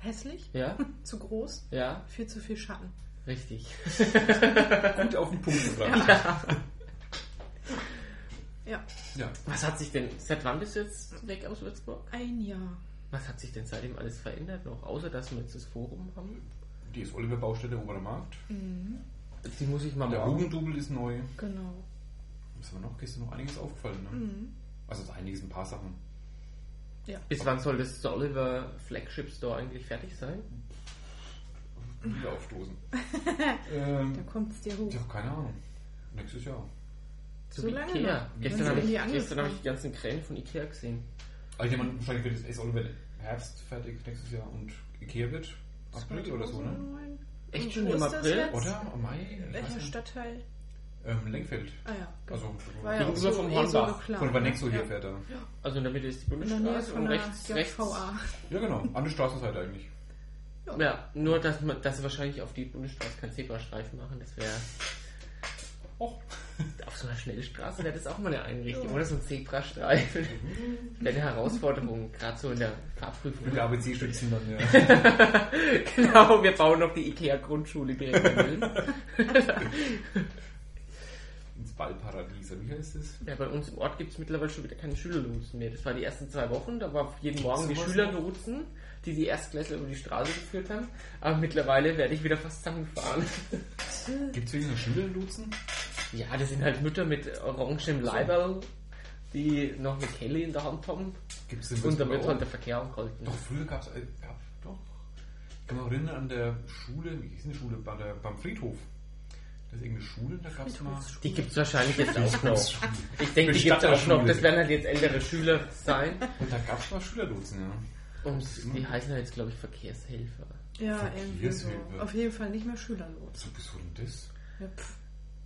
S3: Hässlich,
S2: Ja,
S3: zu groß,
S2: ja,
S3: viel zu viel Schatten.
S2: richtig.
S1: Gut auf den Punkt gebracht.
S3: Ja,
S1: Ja.
S2: Was hat sich denn, seit wann bist du jetzt weg aus Würzburg?
S3: ein Jahr.
S2: Was hat sich denn seitdem alles verändert noch, außer dass wir jetzt das Forum haben?
S1: Die ist Oliver Baustelle Oberer Markt. Mhm.
S2: Die muss ich mal
S1: Der
S2: morgen.
S1: Hugendubel ist neu.
S3: Genau.
S1: Ist aber noch gestern noch einiges aufgefallen, ne?
S3: Mhm.
S1: Also ist einiges, ein paar Sachen.
S3: Ja.
S2: Bis wann soll das der Oliver Flagship Store eigentlich fertig sein?
S3: Mhm.
S1: Wieder aufstoßen. ähm,
S3: Da kommt es dir hoch.
S1: ja, keine Ahnung. Nächstes Jahr.
S2: So
S3: So
S2: wie
S3: lange
S2: Ikea.
S3: noch?
S2: Gestern
S3: Wenn
S2: habe
S3: sie
S2: ich,
S3: irgendwie
S2: gestern habe ich
S3: angefangen.
S2: die ganzen Krähen von Ikea gesehen.
S1: Also ich meine, wahrscheinlich wird das S. Oliver Herbst fertig nächstes Jahr und Ikea wird April oder so, ne?
S3: 2009.
S2: Echt
S3: Und
S2: schon
S3: wo
S2: im
S3: ist das
S2: April?
S3: jetzt?
S1: Oder? Mai? Ich weiß
S3: Welcher
S1: nicht.
S3: Stadtteil?
S1: Ähm, Lenkfeld.
S3: Ah ja.
S1: Also,
S3: War ja auch
S2: Gegenüber
S3: so,
S2: vom
S3: eh so
S2: Hornbach.
S3: geplant.
S1: von Vanexo
S3: ja.
S1: hier fährt er.
S2: Also in der Mitte ist die
S3: In der Nähe
S2: Bundesstraße
S3: von
S2: und
S3: der
S2: rechts, rechts.
S3: JVA.
S1: Ja, genau. An der Straßenseite eigentlich.
S2: Ja, nur dass, man, dass sie wahrscheinlich auf die Bundesstraße keinen Zebrastreifen machen. Das wäre
S1: Och.
S2: auf so einer Schnellstraße wäre das auch mal eine Einrichtung. Oder so ein Zebrastreifen.
S3: Mhm.
S2: wäre eine Herausforderung, gerade so in der Fahrprüfung.
S3: Genau.
S1: Mit der ABC-Stützen dann, ja.
S2: Genau, wir bauen noch die IKEA-Grundschule direkt in Willen.
S1: Ins Ballparadies. Wie heißt das?
S2: Ja, bei uns im Ort gibt es mittlerweile schon wieder keine Schülerlotsen mehr. Das war die ersten zwei Wochen, da war jeden Morgen die
S1: Sowas
S2: Schülerlotsen, die die Erstklässler über die Straße geführt haben. Aber mittlerweile werde ich wieder fast zusammengefahren.
S1: Gibt es wenigstens Schülerlotsen?
S2: Ja, das sind halt Mütter mit orangem Leiberl, die noch eine Kelle in der Hand haben.
S1: Gibt es in
S2: Und da
S1: Würzburg
S2: wird
S1: auch?
S2: halt der Verkehr angehalten.
S1: Doch, früher gab es... Äh, gab, doch. kann mich auch erinnern an der Schule, wie hieß die Schule, bei der, beim Friedhof. Das ist irgendeine Schule, da gab es mal.
S2: Die gibt es wahrscheinlich jetzt auch
S3: Genau.
S2: noch. Ich denke, die
S1: Bestatter
S2: gibt es auch noch.
S1: Schule.
S2: Das werden halt jetzt ältere Schüler sein.
S1: Und da gab es mal Schülerlotsen, ja.
S2: Und die heißen ja jetzt, glaube ich, Verkehrshelfer.
S3: Ja,
S1: Verkehrshilfe.
S3: irgendwie so. Auf jeden Fall nicht mehr Schülerlos.
S1: So, wieso denn das?
S3: Ja, pff.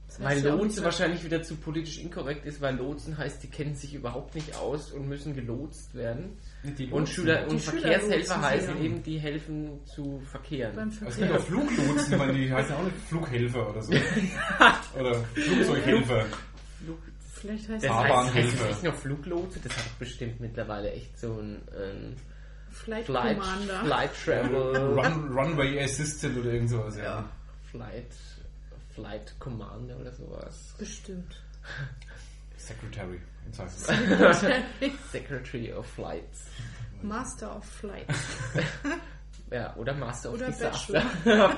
S3: Das
S2: Weil
S3: heißt ja auch nicht
S2: Lotse
S3: so-
S2: wahrscheinlich wieder zu politisch inkorrekt ist, weil Lotsen heißt, die kennen sich überhaupt nicht aus und müssen gelotst werden.
S1: Die
S2: Und Schüler
S3: Die
S2: und
S3: Schüler
S2: Verkehrshelfer
S3: lotsen sie,
S2: heißen
S3: ja.
S2: eben, die helfen zu
S3: Beim
S2: verkehren.
S1: Also es gibt auch
S3: Verkehr.
S1: Fluglotsen, ich meine, die heißen auch nicht Flughelfer oder so. oder Flugzeughelfer.
S2: Flug,
S3: Vielleicht heißt
S2: das
S3: es
S2: heißt, heißt
S1: Fahrbahnhilfe.
S2: es nicht nur Fluglotse, das hat bestimmt mittlerweile echt so ein ähm,
S3: Flight
S2: Flight,
S3: Commander.
S2: Flight Travel,
S1: Run, Runway Assistant oder irgend sowas, ja.
S3: Ja.
S2: Flight, Flight Commander oder sowas.
S3: Bestimmt.
S1: Secretary. Jetzt heißt es.
S2: Secretary of Flights.
S3: Master of Flight.
S2: Ja, oder Master of
S3: Oder
S2: Disaster.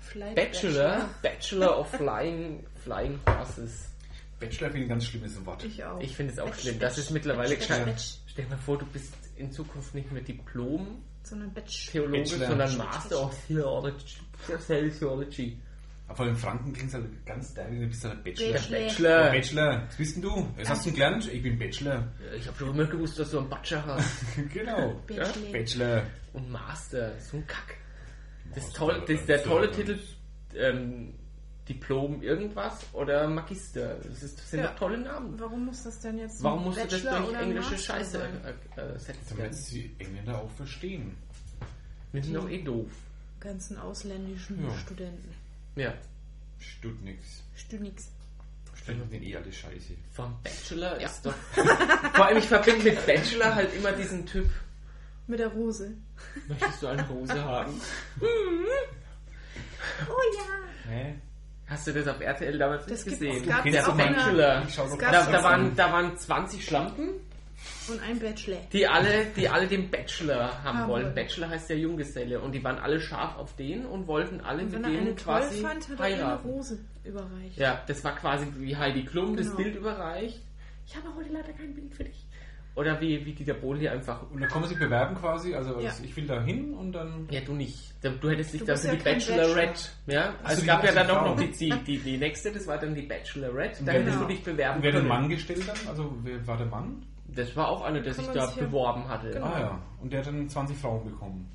S3: Flight
S2: Bachelor, Bachelor of Flying, Flying Horses.
S1: Bachelor finde ich ein ganz schlimmes Wort.
S3: Ich auch.
S2: Ich finde es auch
S3: Batsch,
S2: schlimm. Das
S3: Batsch,
S2: ist mittlerweile
S3: Batsch,
S2: kein.
S3: Batsch,
S2: Stell dir mal vor, du bist in Zukunft nicht mehr Diplom-Theologe,
S3: Sondern Batch.
S1: Bachelor.
S2: sondern Master of Theology. Theology.
S1: Aber in Franken klingt es halt ganz dein, du bist halt Bachelor.
S2: Der
S3: Bachelor.
S1: Ja, Oh,
S2: Bachelor.
S1: Bachelor, was bist denn du? Was hast du denn gelernt? Ich bin Bachelor.
S2: Ich habe schon immer gewusst, dass du einen Bachelor hast.
S1: genau.
S3: Bachelor.
S1: Bachelor.
S2: Und Master. So ein Kack. Das,
S1: Master,
S2: toll, das ist der
S1: Master.
S2: tolle Titel. Ähm, Diplom irgendwas oder Magister. Das, ist, das sind
S3: Ja.
S2: doch tolle Namen.
S3: Warum muss das denn jetzt
S2: Warum musst
S3: Bachelor
S2: du das durch
S3: oder
S2: englische
S3: Master
S2: Scheiße
S3: sein?
S2: äh, äh, setzen?
S1: Damit es die Engländer auch verstehen.
S2: Wir sind doch eh doof.
S3: Ganzen ausländischen
S1: Ja.
S3: Studenten.
S2: Ja.
S1: Stut nix.
S3: Stü nix.
S1: Stimmt, den eh alle scheiße.
S2: Vom Bachelor ist doch. Vor allem, ich verbinde mit Bachelor halt immer diesen Typ.
S3: Mit der Rose.
S2: Möchtest du eine Rose haben?
S3: Oh ja.
S1: Hä?
S2: Hast du das auf RTL damals
S3: Das
S2: nicht
S3: gibt-
S2: gesehen?
S3: es gab
S2: der
S1: auch in
S3: einer-
S2: Bachelor.
S1: Ich schau doch
S3: gab-
S2: Da,
S1: was
S2: da,
S1: das
S2: waren,
S1: an.
S2: da waren 20 Schlampen,
S3: Und ein Bachelor.
S2: die alle, die alle den Bachelor haben
S3: Haben
S2: wollen.
S3: wollen.
S2: Bachelor heißt ja Junggeselle und die waren alle scharf auf den und wollten alle
S3: Und wenn
S2: mit
S3: er eine
S2: denen
S3: toll
S2: quasi
S3: fand, hat er ihr eine
S2: heiraten.
S3: Rose überreicht.
S2: Ja, das war quasi wie Heidi Klum das
S3: Genau.
S2: Bild überreicht. Ich habe heute leider kein Bild für dich. Oder wie, wie Dieter Bohlen hier einfach
S1: Und dann kann man sich bewerben quasi. Also
S3: Ja.
S1: ich will da hin und dann.
S2: Ja, du nicht. Da- Du hättest dich
S3: Du
S2: dann
S3: bist
S2: für
S3: ja
S2: die
S3: kein
S2: Bachelorette. Ja? Also es
S1: die
S2: gab ja
S1: ganzen
S2: dann auch noch die,
S1: Frauen.
S2: die, die, die nächste, das war dann die Bachelorette. Da
S1: wer-
S2: hättest du
S3: Genau.
S2: dich bewerben
S1: Und wer den
S2: können.
S1: Mann gestellt dann? Also wer war der Mann?
S2: Das war auch eine, der
S3: Kann
S2: sich
S3: man
S2: da
S3: sich ja-
S2: beworben hatte.
S3: Genau.
S1: Ah ja. Und der hat dann 20 Frauen bekommen.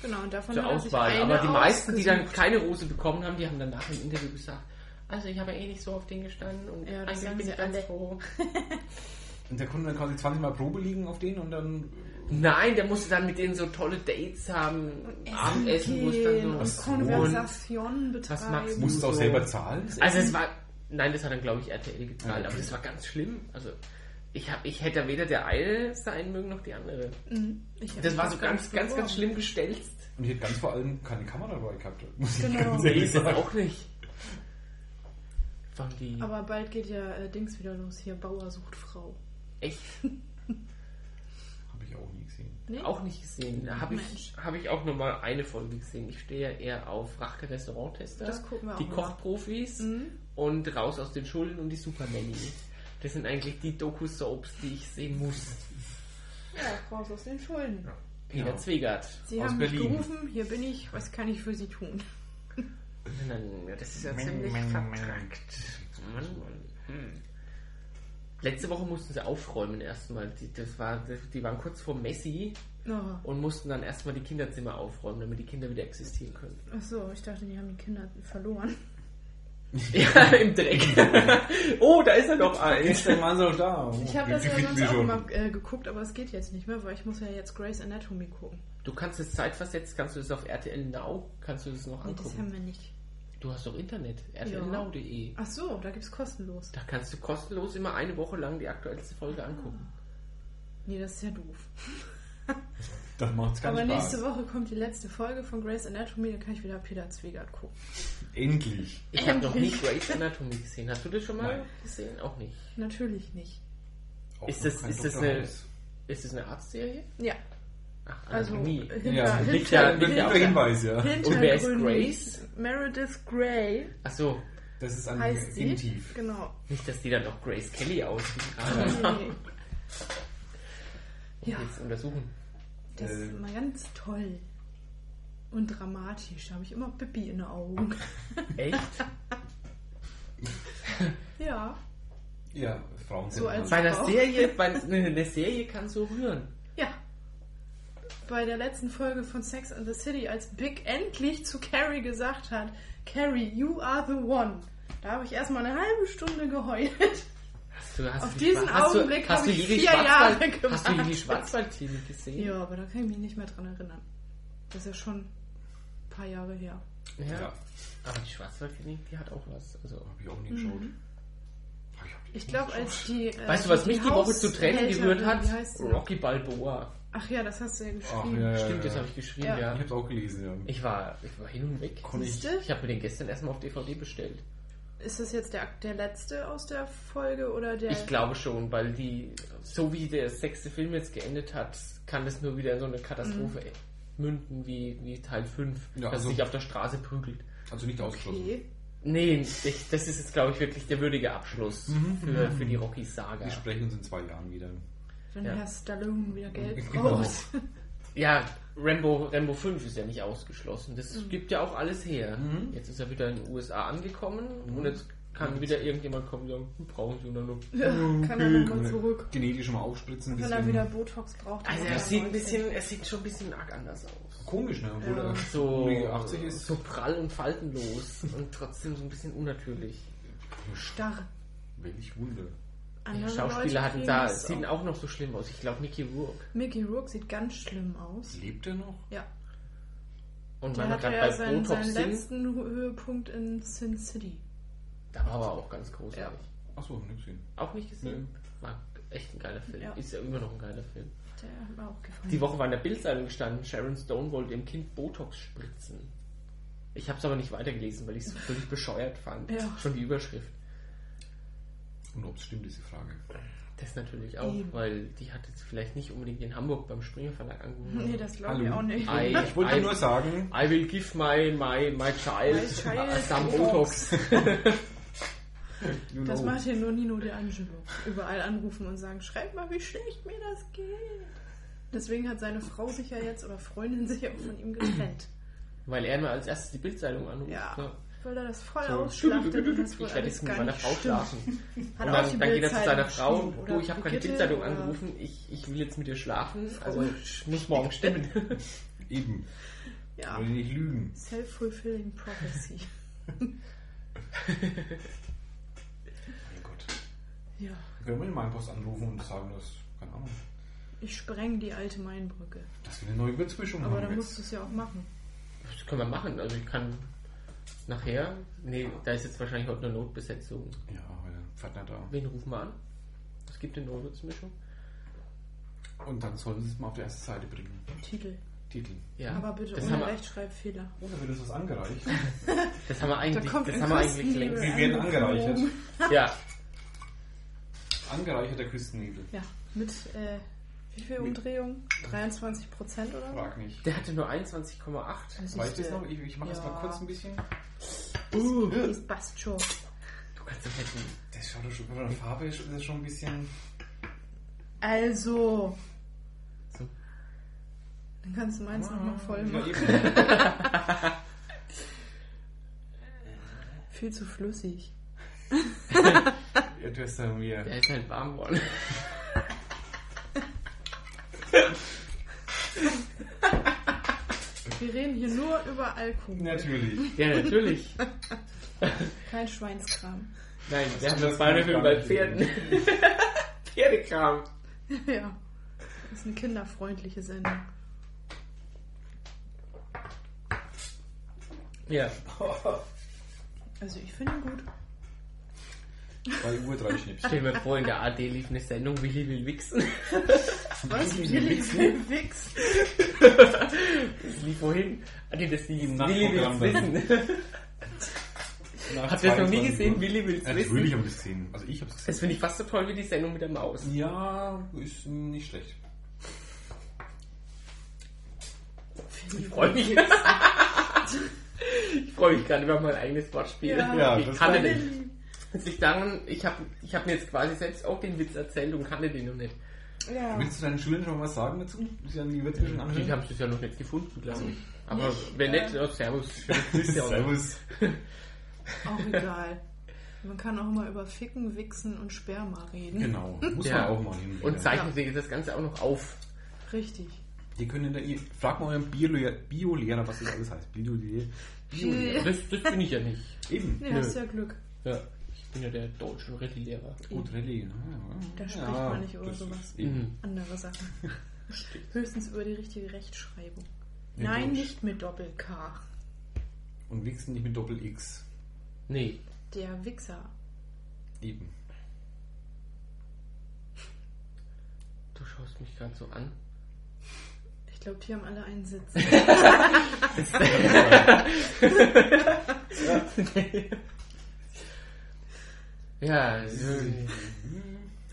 S3: Genau, und davon
S2: Zur
S3: hat er sich
S2: Auswahl.
S3: eine
S2: Aber die meisten, die dann
S3: ausgesucht.
S2: keine Rose bekommen haben, die haben dann nach dem Interview gesagt, also ich habe eh nicht so auf den gestanden und
S3: Ja, das
S2: eigentlich
S3: sagen
S2: bin
S3: sie
S2: ich ganz
S3: alle.
S2: froh.
S1: Und der konnte dann quasi 20 Mal Probe liegen auf den und dann.
S2: Nein, der musste dann mit denen so tolle Dates haben,
S3: Essen
S2: Abendessen, wo es
S3: gehen
S2: dann
S3: und
S2: so... Also
S3: Konversationen betreiben.
S2: was magst
S1: Musst du auch
S2: So.
S1: selber zahlen?
S2: Also es war, nein, das hat dann glaube ich RTL gezahlt,
S1: Okay.
S2: aber das war ganz schlimm. Also ich hab, ich hätte weder der eine sein mögen noch die andere.
S3: Mhm. Ich hab
S2: Das
S3: mich
S2: war so ganz,
S3: auch gar
S2: ganz,
S3: nicht
S2: ganz
S3: beworben.
S2: schlimm gestelzt.
S1: Und ich hätte ganz vor allem keine Kamera dabei gehabt. Muss ich
S3: Genau.
S1: ganz
S2: Nee,
S1: ehrlich
S2: ist das
S1: sagen.
S2: auch nicht. Von die
S3: Aber bald geht ja äh, Dings wieder los hier. Bauer sucht Frau.
S2: echt
S1: Habe ich auch nie gesehen.
S3: Nee?
S2: auch nicht gesehen. Da habe ich,
S3: Mensch.
S2: hab ich auch nur mal eine Folge gesehen. Ich stehe ja eher auf Rachke Restauranttester,
S3: Das gucken wir auch
S2: die
S3: mal.
S2: Kochprofis
S3: Mhm.
S2: und Raus aus den Schulden und die Supermanny. Das sind eigentlich die Doku-Soaps, die ich sehen muss.
S3: Ja, raus aus den Schulden.
S2: Peter
S1: Ja.
S2: Zwegert.
S3: Sie
S1: Aus
S3: haben mich
S1: Berlin.
S3: gerufen, hier bin ich, was kann ich für Sie tun?
S2: Nein, ja, das ist ja
S1: Mann,
S2: ziemlich
S1: Mann,
S2: vertrackt. Mann, Mann. Hm. Letzte Woche mussten sie aufräumen erstmal. Die, das war, das- die waren kurz vor Messi
S3: Oh,
S2: und mussten dann erstmal die Kinderzimmer aufräumen, damit die Kinder wieder existieren können.
S3: achso, ich dachte, die haben die Kinder verloren.
S2: ja, im Dreck. oh, da ist er doch eins.
S1: Ist der Mann so da? Oh,
S3: Ich habe
S1: die
S3: das ja
S1: finden
S3: sonst
S1: wir
S3: auch
S1: schon.
S3: immer äh, geguckt, aber es geht jetzt nicht mehr, weil ich muss ja jetzt Grey's Anatomy gucken.
S2: Du kannst es zeitversetzt, kannst du das auf RTL Now, kannst du das noch
S3: Nee, das
S2: angucken.
S3: haben wir nicht.
S2: du hast doch Internet, rtlnow.de.
S3: Ach so, da gibt's kostenlos.
S2: E. Da kannst du kostenlos immer eine Woche lang die aktuellste Folge angucken.
S3: Nee, das ist ja doof.
S1: Dann macht's ganz
S3: aber nächste
S1: Spaß.
S3: Woche kommt die letzte Folge von Grey's Anatomy, dann kann ich wieder Peter Zwegert gucken.
S1: Endlich.
S2: Ich
S3: Ähm,
S2: habe noch nie Grey's Anatomy gesehen. Hast du das schon mal
S1: Nein.
S2: gesehen? Auch nicht.
S3: Natürlich nicht.
S1: Auch
S2: Ist
S1: noch
S2: das-
S1: kein
S2: ist das
S1: Dr.
S2: eine-
S1: House.
S2: Ist es eine Arztserie?
S3: Ja,
S2: Ach,
S3: also
S2: Anatomie.
S3: hinter,
S1: Ja,
S2: liegt ja-
S3: hinter,
S1: Ein guter Hinweis, ja.
S3: hinter
S2: Und wer ist
S3: Grün-
S2: Grace?
S3: Äh,
S2: Äh,
S3: Meredith Grey
S2: Ach so,
S1: Das ist ein
S3: heißt sie.
S1: Intief.
S3: Genau.
S2: nicht, dass die dann auch Grace Kelly ausgegraben haben.
S3: Ja,
S2: Jetzt untersuchen.
S3: das
S1: Äh.
S3: ist immer ganz toll. und dramatisch. Da habe ich immer Pippi in den Augen.
S2: Echt?
S3: Ja.
S1: Ja, Frauen sind
S3: So als-
S2: Bei einer
S3: Auch.
S2: Serie, bei ne- eine Serie kann so rühren.
S3: Ja. Bei der letzten Folge von Sex and the City, als Big endlich zu Carrie gesagt hat, Carrie, you are the one. Da habe ich erstmal eine halbe Stunde geheult.
S2: Hast du, hast
S3: Auf
S2: du die
S3: diesen
S2: Schwa- hast du-
S3: Augenblick
S2: hast
S3: hab
S2: du
S3: ich
S2: Jiri
S3: vier Jahre
S2: Schwarzwald- Hast du
S3: gemacht.
S2: die Schwarzwaldklinik gesehen?
S3: Ja, aber da kann ich mich nicht mehr dran erinnern. Das ist ja schon ein paar Jahre her.
S1: Ja.
S2: ja. Aber die Schwarzwaldklinik, die hat auch was. Also,
S1: Habe ich auch nie geschaut.
S3: Mhm.
S1: Ah, hab die
S3: Ich
S1: nie
S3: glaube,
S1: geschaut.
S3: als die. Äh,
S2: weißt du, was mich die Woche zu Tränen
S3: Haushälterin,
S2: gerührt hat?
S3: Wie heißt sie?
S2: Rocky Balboa.
S3: Ach ja, das hast du ja
S1: Ach,
S3: geschrieben.
S1: ja, ja,
S2: Stimmt,
S1: ja.
S2: das habe ich geschrieben,
S3: Ja.
S2: ja.
S1: Ich hab's auch gelesen, ja.
S2: Ich war, ich war hin und weg.
S1: Konnte ich-
S3: Siehste?
S2: Ich habe mir den gestern erstmal auf DVD bestellt.
S3: Ist das jetzt der, der letzte aus der Folge oder der.
S2: Ich glaube schon, weil die, so wie der sechste Film jetzt geendet hat, kann das nur wieder in so eine Katastrophe
S3: Mhm.
S2: münden wie, wie Teil 5,
S1: Ja,
S2: dass
S1: also-
S2: es sich auf der Straße prügelt.
S1: Also nicht ausgeschlossen.
S3: Okay.
S2: Nee, ich, das ist jetzt, glaube ich, wirklich der würdige Abschluss für, für die Rocky-Saga.
S1: Mhm. Wir sprechen uns in zwei Jahren wieder.
S3: Wenn
S2: Ja.
S3: Herr Stallone wieder Geld
S1: Genau.
S3: braucht.
S2: Ja, Rambo, Rambo 5 ist ja nicht ausgeschlossen. Das gibt ja auch alles her.
S1: Mhm.
S2: Jetzt ist er wieder in den USA angekommen und jetzt kann wieder irgendjemand kommen und sagen, "Hm, brauchen Sie nur noch.
S3: Ja, kann er nochmal zurück.
S1: Genetisch mal aufspritzen.
S3: Wenn er
S1: bisschen.
S3: wieder Botox braucht.
S2: Also
S3: dann
S2: er sieht
S3: macht
S2: ein
S3: er
S2: bisschen, er sieht schon ein bisschen arg anders aus.
S1: Komisch, ne? Obwohl
S3: Ja.
S1: er
S2: So,
S1: 80 ist.
S2: so prall und faltenlos und trotzdem so ein bisschen unnatürlich.
S3: Starr.
S1: Welch Wunder.
S2: Die
S3: Andere
S2: Schauspieler
S3: Leute
S2: hatten
S3: kriegen
S2: da,
S3: das
S2: sehen
S3: auch.
S2: auch noch so schlimm aus. Ich glaube Mickey Rourke.
S3: Mickey Rourke sieht ganz schlimm aus.
S1: Lebt er noch?
S3: Ja.
S2: Und
S3: Der
S2: weil wir
S3: hatte
S2: gerade
S3: ja
S2: bei
S3: seinen,
S2: Botox
S3: seinen
S2: sind,
S3: letzten Hu- Höhepunkt in Sin City.
S2: da war aber auch ganz großartig.
S1: Achso, nix gesehen.
S2: Auch nicht gesehen? War echt ein geiler Film.
S3: Ja.
S2: Ist ja immer noch ein geiler Film.
S3: Der hat mir auch gefallen.
S2: Die Woche war in der Bildzeitung gestanden, Sharon Stone wollte dem Kind Botox spritzen. Ich habe es aber nicht weitergelesen, weil ich es völlig bescheuert fand.
S3: Ja.
S2: Schon die Überschrift.
S1: Und ob es stimmt, ist die Frage.
S2: Das natürlich auch,
S3: Eben.
S2: weil die hat jetzt vielleicht nicht unbedingt in Hamburg beim Springer Verlag angerufen.
S3: Nee, das glaube ich auch nicht.
S2: Ei,
S1: Ich wollte
S2: ei,
S1: nur sagen,
S2: I will give my, my, my child,
S3: My child
S2: some
S3: Botox.
S2: Botox.
S1: you
S3: Das
S1: know.
S3: macht hier nur Nino De Angelo. Überall anrufen und sagen, schreib mal, wie schlecht mir das geht. Deswegen hat seine Frau sich ja jetzt oder Freundin sich ja auch von ihm getrennt.
S2: Weil er immer als erstes die Bildzeitung anruft.
S3: Ja.
S2: ne?
S3: Weil er das voll
S2: So,
S3: ausschlachtet und das wohl
S2: ich werde
S3: alles
S2: jetzt mit
S3: gar
S2: meiner
S3: nicht
S2: Frau
S3: stimmt.
S2: schlafen.
S3: Hat
S2: und
S3: auch die
S2: dann, dann geht er zu
S3: Bildzeitung
S2: seiner Frau und
S3: geschrieben,
S2: du,
S3: oder
S2: ich habe gerade die
S3: Brigitte
S2: Bildzeitung
S3: oder-
S2: angerufen, ich, ich will jetzt mit dir schlafen, also
S3: Oh.
S2: ich muss morgen stimmen.
S1: Eben.
S3: Ja.
S1: Wollte nicht lügen.
S3: Self-fulfilling prophecy.
S1: Mein Gott.
S3: ja.
S1: Können wir den Mainpost anrufen und sagen, dass, keine Ahnung,
S3: Ich spreng die alte Mainbrücke.
S1: dass wir eine neue Überzwischung
S3: Aber
S1: haben
S3: dann
S1: jetzt.
S3: musst du es ja auch machen.
S2: Das können wir machen, also ich kann nachher, nee, da ist jetzt wahrscheinlich heute eine Notbesetzung.
S1: Ja, weil der Pfadner da.
S2: Wen rufen wir an? Es gibt eine Notbesetzung.
S1: Und dann sollen sie es mal auf die erste Seite bringen.
S3: Titel.
S1: Titel.
S2: Ja,
S3: Aber bitte
S2: das haben,
S3: ohne
S2: wir,
S3: Rechtschreibfehler.
S1: Oder wird das was angereicht?
S2: das haben wir eigentlich,
S3: kommt
S2: das
S3: ein
S2: haben wir eigentlich
S3: Kostenliebe.
S2: längst.
S1: Wir werden angereichert.
S2: Ja,
S1: Angereicherter Küstennebel.
S3: Ja, mit äh, wie viel Umdrehung? 23 Prozent oder so?
S1: Frag nicht.
S2: der hatte nur 21,8.
S3: Das
S1: Weißt du das
S3: äh,
S1: noch? Ich, ich mache das
S3: ja.
S1: mal kurz ein bisschen.
S2: Uh,
S3: Die ist Bastjo.
S2: du kannst das hätten.
S1: Das schaut doch schon, von der Farbe ist das schon ein bisschen.
S3: Also,
S2: So.
S3: dann kannst du meins nochmal voll
S1: Ah. Ja,
S3: machen.
S1: eben.
S3: Viel zu flüssig.
S1: Ja, du hast da
S2: Der
S1: mir.
S2: ist halt warm geworden.
S3: Wir reden hier nur über Alkohol.
S1: Natürlich.
S2: Ja, natürlich.
S3: Kein Schweinskram.
S2: Nein, wir haben
S1: Das
S2: das beide
S1: kann ich
S2: Film
S1: gar
S2: bei
S1: nicht
S2: Pferden. Pferdekram.
S3: ja. Das ist eine kinderfreundliche Sendung.
S2: Ja.
S3: Oh. Also ich finde ihn gut.
S1: 2 Uhr, drei Schnippchen.
S2: Stell mir vor, in der AD lief eine Sendung, Willi will wichsen.
S3: Was? Willi will Wix.
S2: Das lief wohin? Ah, nee, das lief
S1: Im
S2: Willi will's
S1: Nachtprogramm
S2: wissen.
S1: Nach
S2: Habt ihr das noch nie
S1: 22
S2: gesehen?
S1: Uhr.
S2: Willi will's
S1: Natürlich
S2: wissen.
S1: habe ich es gesehen. Also ich habe es
S2: Das
S1: gesehen.
S2: finde ich fast so toll wie die Sendung mit der Maus.
S1: Ja, ist nicht schlecht.
S2: Ich freue mich. ich freue mich gerade über mein eigenes Wortspiel.
S3: Ja.
S1: Ja,
S2: ich
S1: das
S2: kannte
S1: war-
S2: den. Das liegt daran, ich habe ich hab mir jetzt quasi selbst auch den Witz erzählt und kannte den noch nicht.
S3: Ja.
S1: Willst du deinen Schülern schon was sagen dazu? Die dann die Würzmischung
S2: Die
S1: anhören?
S2: haben es ja noch nicht gefunden, glaube ich. Aber
S3: Nicht,
S2: wenn
S3: äh,
S2: nicht, ja, Servus. Grüß dir auch.
S1: Servus.
S3: Auch egal. Man kann auch mal über Ficken, Wichsen und Sperma reden.
S1: Genau, muss
S2: Ja.
S1: man auch mal hin.
S2: Und zeichnen Sie das Ganze auch noch auf.
S3: Richtig.
S1: Die können in der, ihr- frag mal euren Biolehrer, Biolehrer was das alles heißt. Biolehrer. Biolehrer.
S2: Das, das bin ich ja nicht.
S1: Eben.
S3: Nee, hast ja Glück.
S2: Ja. Ich bin ja der deutsche Rallye-Lehrer.
S1: Gut, Rallye. Ah,
S3: Da spricht man nicht über
S1: das
S3: sowas.
S1: ist eben-
S2: Mhm.
S3: Andere Sachen. Höchstens über die richtige Rechtschreibung.
S1: Ja,
S3: Nein,
S1: Deutsch.
S3: nicht mit Doppel-K.
S1: Und wichsen nicht mit Doppel-X.
S2: Nee.
S3: Der Wichser.
S1: Eben.
S2: Du schaust mich gerade so an.
S3: Ich glaube, die haben alle einen Sitz.
S2: Ja, äh,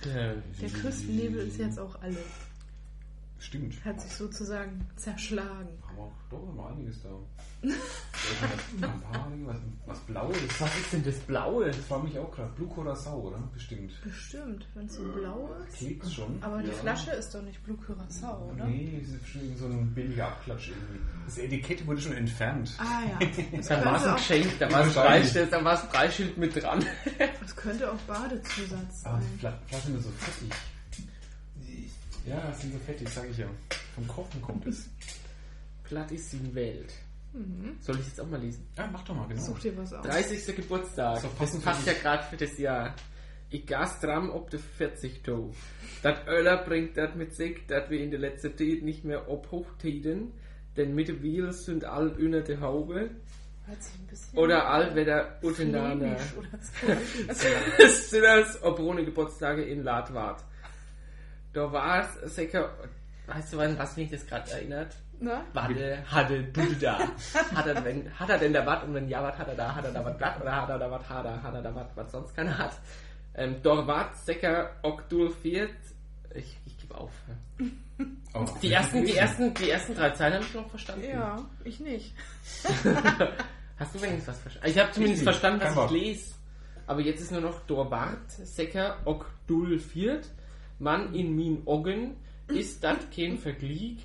S2: ja.
S3: Der Küstennebel ist jetzt auch alle.
S1: Stimmt.
S3: Hat sich sozusagen zerschlagen.
S1: Haben wir doch noch einiges da. was, was Blaues.
S2: Was ist denn das Blaue?
S1: Das war mich auch gerade. Blue Curacao, oder? Bestimmt.
S3: Bestimmt, wenn es so blau ist.
S1: Klicks schon.
S3: Aber die
S1: Ja.
S3: Flasche ist doch nicht Blue Curacao, oder?
S1: Nee, das ist schon irgend so ein billiger Abklatsch irgendwie. Das Etikett wurde schon entfernt.
S3: Ah ja. Es
S2: Da war es
S3: könnte,
S2: ein
S3: auch,
S2: Geschenk, da war es
S1: Wahrscheinlich.
S2: Preisschild, da war es Preisschild mit dran.
S3: es könnte auch Badezusatz
S2: Ah,
S1: Aber die
S3: sein.
S1: Fla- Flaschen sind so fettig. Ja, sind so fettig, sag ich ja. Vom Kochen kommt es.
S2: Platt ist die Welt. Soll ich es jetzt auch mal lesen?
S1: Ja, mach doch mal, genau.
S3: Such dir was aus.
S2: 30. Geburtstag.
S1: Ist doch
S2: Das
S1: passend
S2: passt
S1: für
S2: ja
S1: dich.
S2: gerade für das Jahr. Ich gas dran ob de 40 do. Dat Öller bringt dat mit sich, dat wir in der letzten Zeit nicht mehr obhochtiden, denn mit de Wiel sind all unter de Haube
S3: Hört sich ein bisschen
S2: oder all weder uteinander.
S3: flämisch oder so.
S2: Es sind als ob ohne Geburtstage in Ladwart. Da war es sicher, weißt du, an was mich das gerade erinnert?
S3: Na?
S2: Warte, hatte, du da. Hat er, wenn, hat er denn da was? Und wenn ja, was hat er da? Hat er da was glatt oder hat er da was hat er? Hat er da was, was sonst keiner hat? Ähm, Dorvat, Secker, Oktul, Viert. Ich, ich gebe auf.
S1: Aber
S2: Die ersten, die, ersten, die ersten drei Zeilen habe ich noch verstanden.
S3: Ja, ich nicht.
S2: Hast du wenigstens was verstanden? Also Ich habe zumindest
S1: Ich nicht.
S2: verstanden,
S1: Kein
S2: was
S1: Wort.
S2: ich lese. Aber jetzt ist nur noch Dorvard, Secker, Oktul, Viert. Mann in min Oggen ist dat kein Verglieg.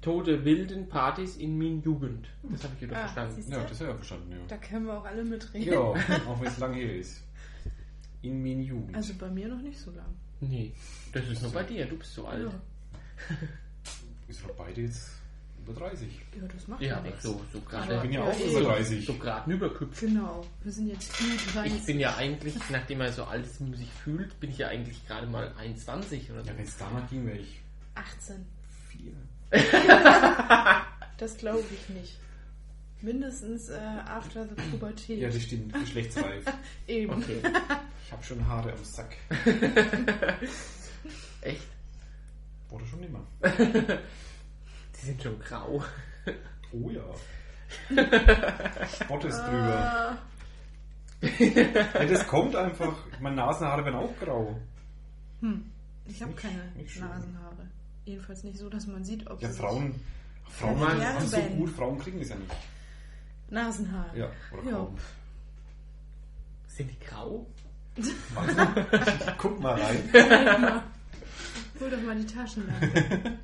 S2: Tode wilden Partys in min Jugend. Das habe ich jedoch
S3: Ah,
S2: verstanden.
S3: siehst du?
S1: Ja, das habe ich auch verstanden, ja.
S3: Da können wir auch alle mitreden.
S1: Ja, auch wenn es lange her ist. In min Jugend.
S3: Also bei mir noch nicht so lang.
S2: Nee, das ist nur bei dir, du bist so alt.
S3: Ja.
S1: Ist doch beide jetzt über 30.
S3: Ja, das macht
S2: Ja,
S3: ja
S2: aber
S3: nichts.
S2: so, so
S1: Ich
S2: gerade. Also,
S1: bin ja auch
S3: Ja,
S1: über
S3: eh.
S1: 30.
S2: So gerade überküpft.
S3: Genau, wir sind jetzt gut rein.
S2: Ich bin ja eigentlich, nachdem er so alt ist, wie man sich fühlt, bin ich ja eigentlich gerade mal 21 oder so.
S1: Ja, wenn es danach ging, wäre ich
S3: 18.
S1: vier.
S3: Das glaube ich nicht. Mindestens äh, after the Pubertät.
S1: Ja, das stimmt. Geschlechtsreif.
S3: Eben.
S2: Okay,
S1: Ich habe schon Haare am Sack.
S2: echt?
S1: Wurde schon immer.
S2: Die sind schon grau.
S1: Oh ja. Spottest drüber.
S3: Äh,
S1: Ja, das kommt einfach. Meine Nasenhaare werden auch grau.
S3: Hm, ich habe
S1: Nicht-
S3: keine
S1: nicht schön.
S3: Nasenhaare. Jedenfalls nicht so, dass man sieht, ob
S1: Ja,
S3: sie
S1: Frauen. Frauen
S2: Ja,
S1: ja, sind so
S3: Ben.
S1: gut, Frauen kriegen das ja nicht.
S3: sich- Nasenhaare.
S1: Ja, oder kaum.
S2: Sind die grau?
S1: Warte, Guck mal rein.
S3: Hol doch mal die Taschenlampe.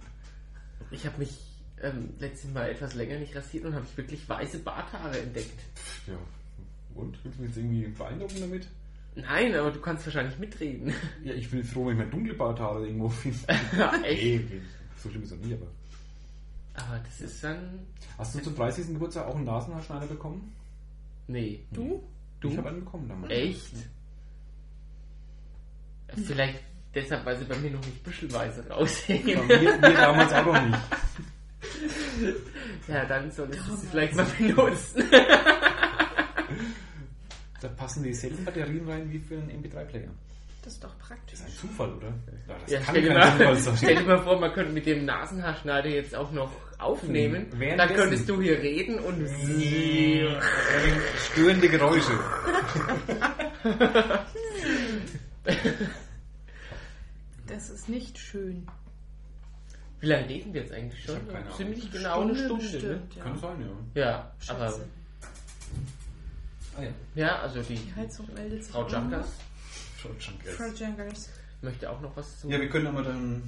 S2: Ich habe mich ähm, letztes Mal etwas länger nicht rasiert und habe ich wirklich weiße Barthaare entdeckt.
S1: Ja. Und? Willst du mich jetzt irgendwie beeindrucken damit?
S2: Nein, aber du kannst wahrscheinlich mitreden.
S1: Ja, ich bin froh, wenn ich meine dunkle Barthaare irgendwo finde.
S2: Ja, echt?
S1: Ey, so schlimm ist es noch nie, aber.
S2: Aber das ist dann.
S1: Hast du zum 30. Geburtstag auch einen Nasenhaarschneider bekommen?
S2: Nee.
S3: Du?
S1: Ich habe einen bekommen damals.
S2: Echt? Vielleicht deshalb, weil sie bei mir noch nicht büschelweise
S1: Bei
S2: raushängen.
S1: mir, mir damals auch noch nicht.
S2: Ja, dann solltest du sie vielleicht mal benutzen.
S1: Da passen dieselben Batterien rein wie für einen MP3-Player.
S3: Das ist doch praktisch.
S1: Das ist ein Zufall, oder? Ja, das
S2: Ja,
S1: kann
S2: stell, dir
S1: kein
S2: mal,
S1: Zufall
S2: stell dir
S1: sein.
S2: mal vor, man könnte mit dem Nasenhaarschneider jetzt auch noch aufnehmen.
S1: Mhm. Währenddessen. Hm.
S2: Dann könntest du hier reden und.
S1: Störende Geräusche.
S3: Das ist nicht schön.
S2: Wie lange reden wir jetzt eigentlich
S1: Ich
S2: schon?
S1: hab keine Ahnung.
S2: Ziemlich genau eine Stunde. ne?
S3: bestimmt,
S1: Kann
S3: ja.
S1: sein, ja.
S2: Ja, aber
S3: Schätze.
S1: Ah ja,
S2: ja, also die
S3: Die Heizung meldet sich.
S2: Frau Junkers,
S1: schaut schon
S3: Frau
S1: krass.
S3: Junkers.
S2: möchte auch noch was zu.
S1: Ja, wir können aber dann.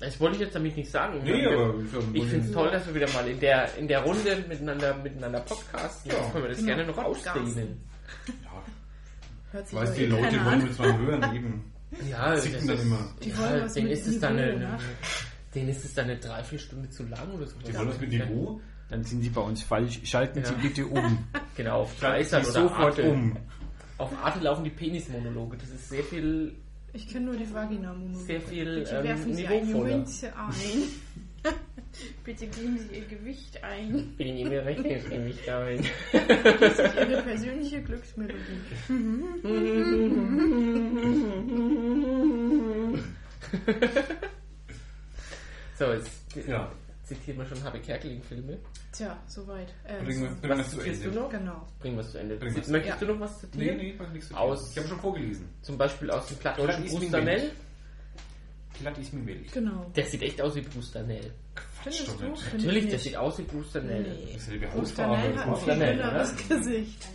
S2: Das wollte ich jetzt damit nicht sagen.
S1: Nee,
S2: Wir-
S1: aber.
S2: ich
S3: Mhm.
S2: finde es toll, dass wir wieder mal in der, in der Runde miteinander, miteinander podcasten.
S1: Ja.
S2: Ja, können wir das
S3: Genau,
S2: gerne noch
S3: podcasten.
S2: ausdehnen.
S1: Ja,
S3: Hört sich
S1: weiß
S3: doch
S1: die
S3: eh
S1: Leute
S3: keiner
S1: wollen
S3: an.
S1: uns mal hören, eben.
S2: Ja, das
S1: Zicken dann
S2: ist-
S1: immer.
S3: Die wollen
S2: Ja,
S3: was
S2: denen
S3: mit
S2: ist es dann
S3: Niveau,
S2: eine,
S3: ne?
S2: denen ist es dann eine Dreiviertelstunde zu lang oder so.
S1: Die wollen uns mit Niveau.
S5: Dann sind die bei uns falsch. Schalten
S2: Ja.
S5: Sie bitte um.
S2: Genau, auf Dreisat
S1: Die
S2: oder
S1: sofort
S2: Arte.
S1: um.
S2: Auf Arte laufen die Penismonologe. Das ist sehr viel,
S3: Ich kenne nur die Vagina-Monologe.
S2: sehr viel
S3: Bitte
S2: ähm,
S3: werfen Sie ein
S2: niveauvoller.
S3: Münze ein. Bitte geben Sie Ihr Gewicht ein.
S2: Bin ich mir recht, ich nehme mich damit.
S3: Das ist Ihre persönliche Glücksmelodie.
S2: So, jetzt
S1: Ja,
S2: zitieren wir schon Habe Kerkeling-Filme.
S3: Tja, soweit. Äh,
S1: bringen wir, bringen wir
S2: Was
S1: es zu
S2: zitierst du
S1: Ende.
S2: noch?
S3: Genau.
S2: Bringen wir es zu Ende.
S1: Bringen wir es.
S2: Möchtest
S3: Ja.
S2: du noch was
S1: Nee,
S2: zitieren?
S1: nee, mach nichts zu
S2: Aus-
S1: tun. Ich habe schon vorgelesen.
S2: Zum Beispiel aus dem plattdeutschen
S1: Platt ist
S2: Bruster
S1: mir
S2: Nell.
S1: Glatt ist mir Milch.
S3: Genau.
S2: Der sieht echt aus wie Bruster Nell.
S3: Findest
S1: Stimmt.
S3: du? Find
S2: Äh, Natürlich,
S3: ich
S2: der
S3: nicht.
S2: sieht aus wie Bruster Nell.
S3: Nee.
S1: Selbe
S3: Mustanell
S1: Hautfarbe.
S3: hat ein
S1: Hautfarbe.
S3: viel
S2: Mustanell, oder?
S3: schöneres Gesicht.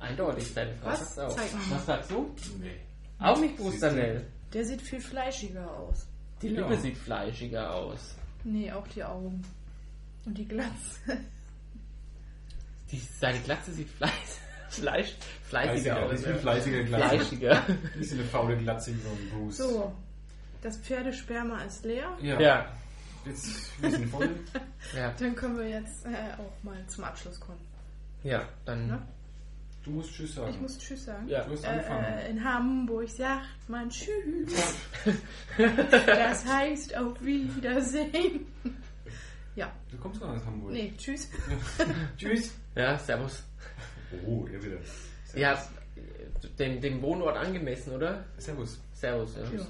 S2: Eindeutig, deine Frau
S3: Was?
S2: sagt's auch.
S3: Zeig mal.
S2: Was sagst du?
S1: Nee.
S2: Auch nicht Bruster
S1: Siehst du?
S2: Nell.
S3: Der sieht viel fleischiger aus.
S2: Die
S1: Ja.
S2: Lippe sieht fleischiger aus.
S3: Nee, auch die Augen. Und die Glatze.
S2: Die, seine Glatze sieht fleisch, fleisch, fleißiger
S1: Fleißiger, das
S2: aus.
S1: ist ein
S2: ja.
S1: fleißiger Glatze.
S2: Fleischiger.
S1: Das ist eine faule Glatze wie so ein Bruce.
S3: So, das Pferdesperma ist leer.
S1: Ja.
S2: ja.
S1: Jetzt, wir sind voll.
S2: ja.
S3: Dann können wir jetzt äh, auch mal zum Abschluss kommen.
S2: Ja, dann.
S3: Ne?
S1: Du musst Tschüss
S3: Ich
S1: sagen.
S3: muss Tschüss sagen.
S2: Ja.
S1: Du hast
S3: Äh,
S1: angefangen.
S3: äh, in Hamburg sagt man Tschüss. das heißt auf Wiedersehen. Ja,
S1: Du kommst gar nicht aus Hamburg.
S3: nee, Tschüss.
S1: Tschüss.
S2: Ja, Servus.
S1: Oh, er wieder.
S2: Ja, dem, dem Wohnort angemessen, oder?
S1: Servus.
S2: Servus, ja.
S3: Ja.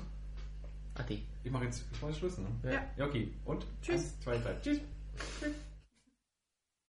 S2: Adi.
S1: Ich mache jetzt ich mach jetzt Schluss, ne?
S3: Ja.
S1: Ja, okay. Und?
S3: Tschüss.
S1: Eins, zwei, drei. Tschüss.
S3: Tschüss. Tschüss.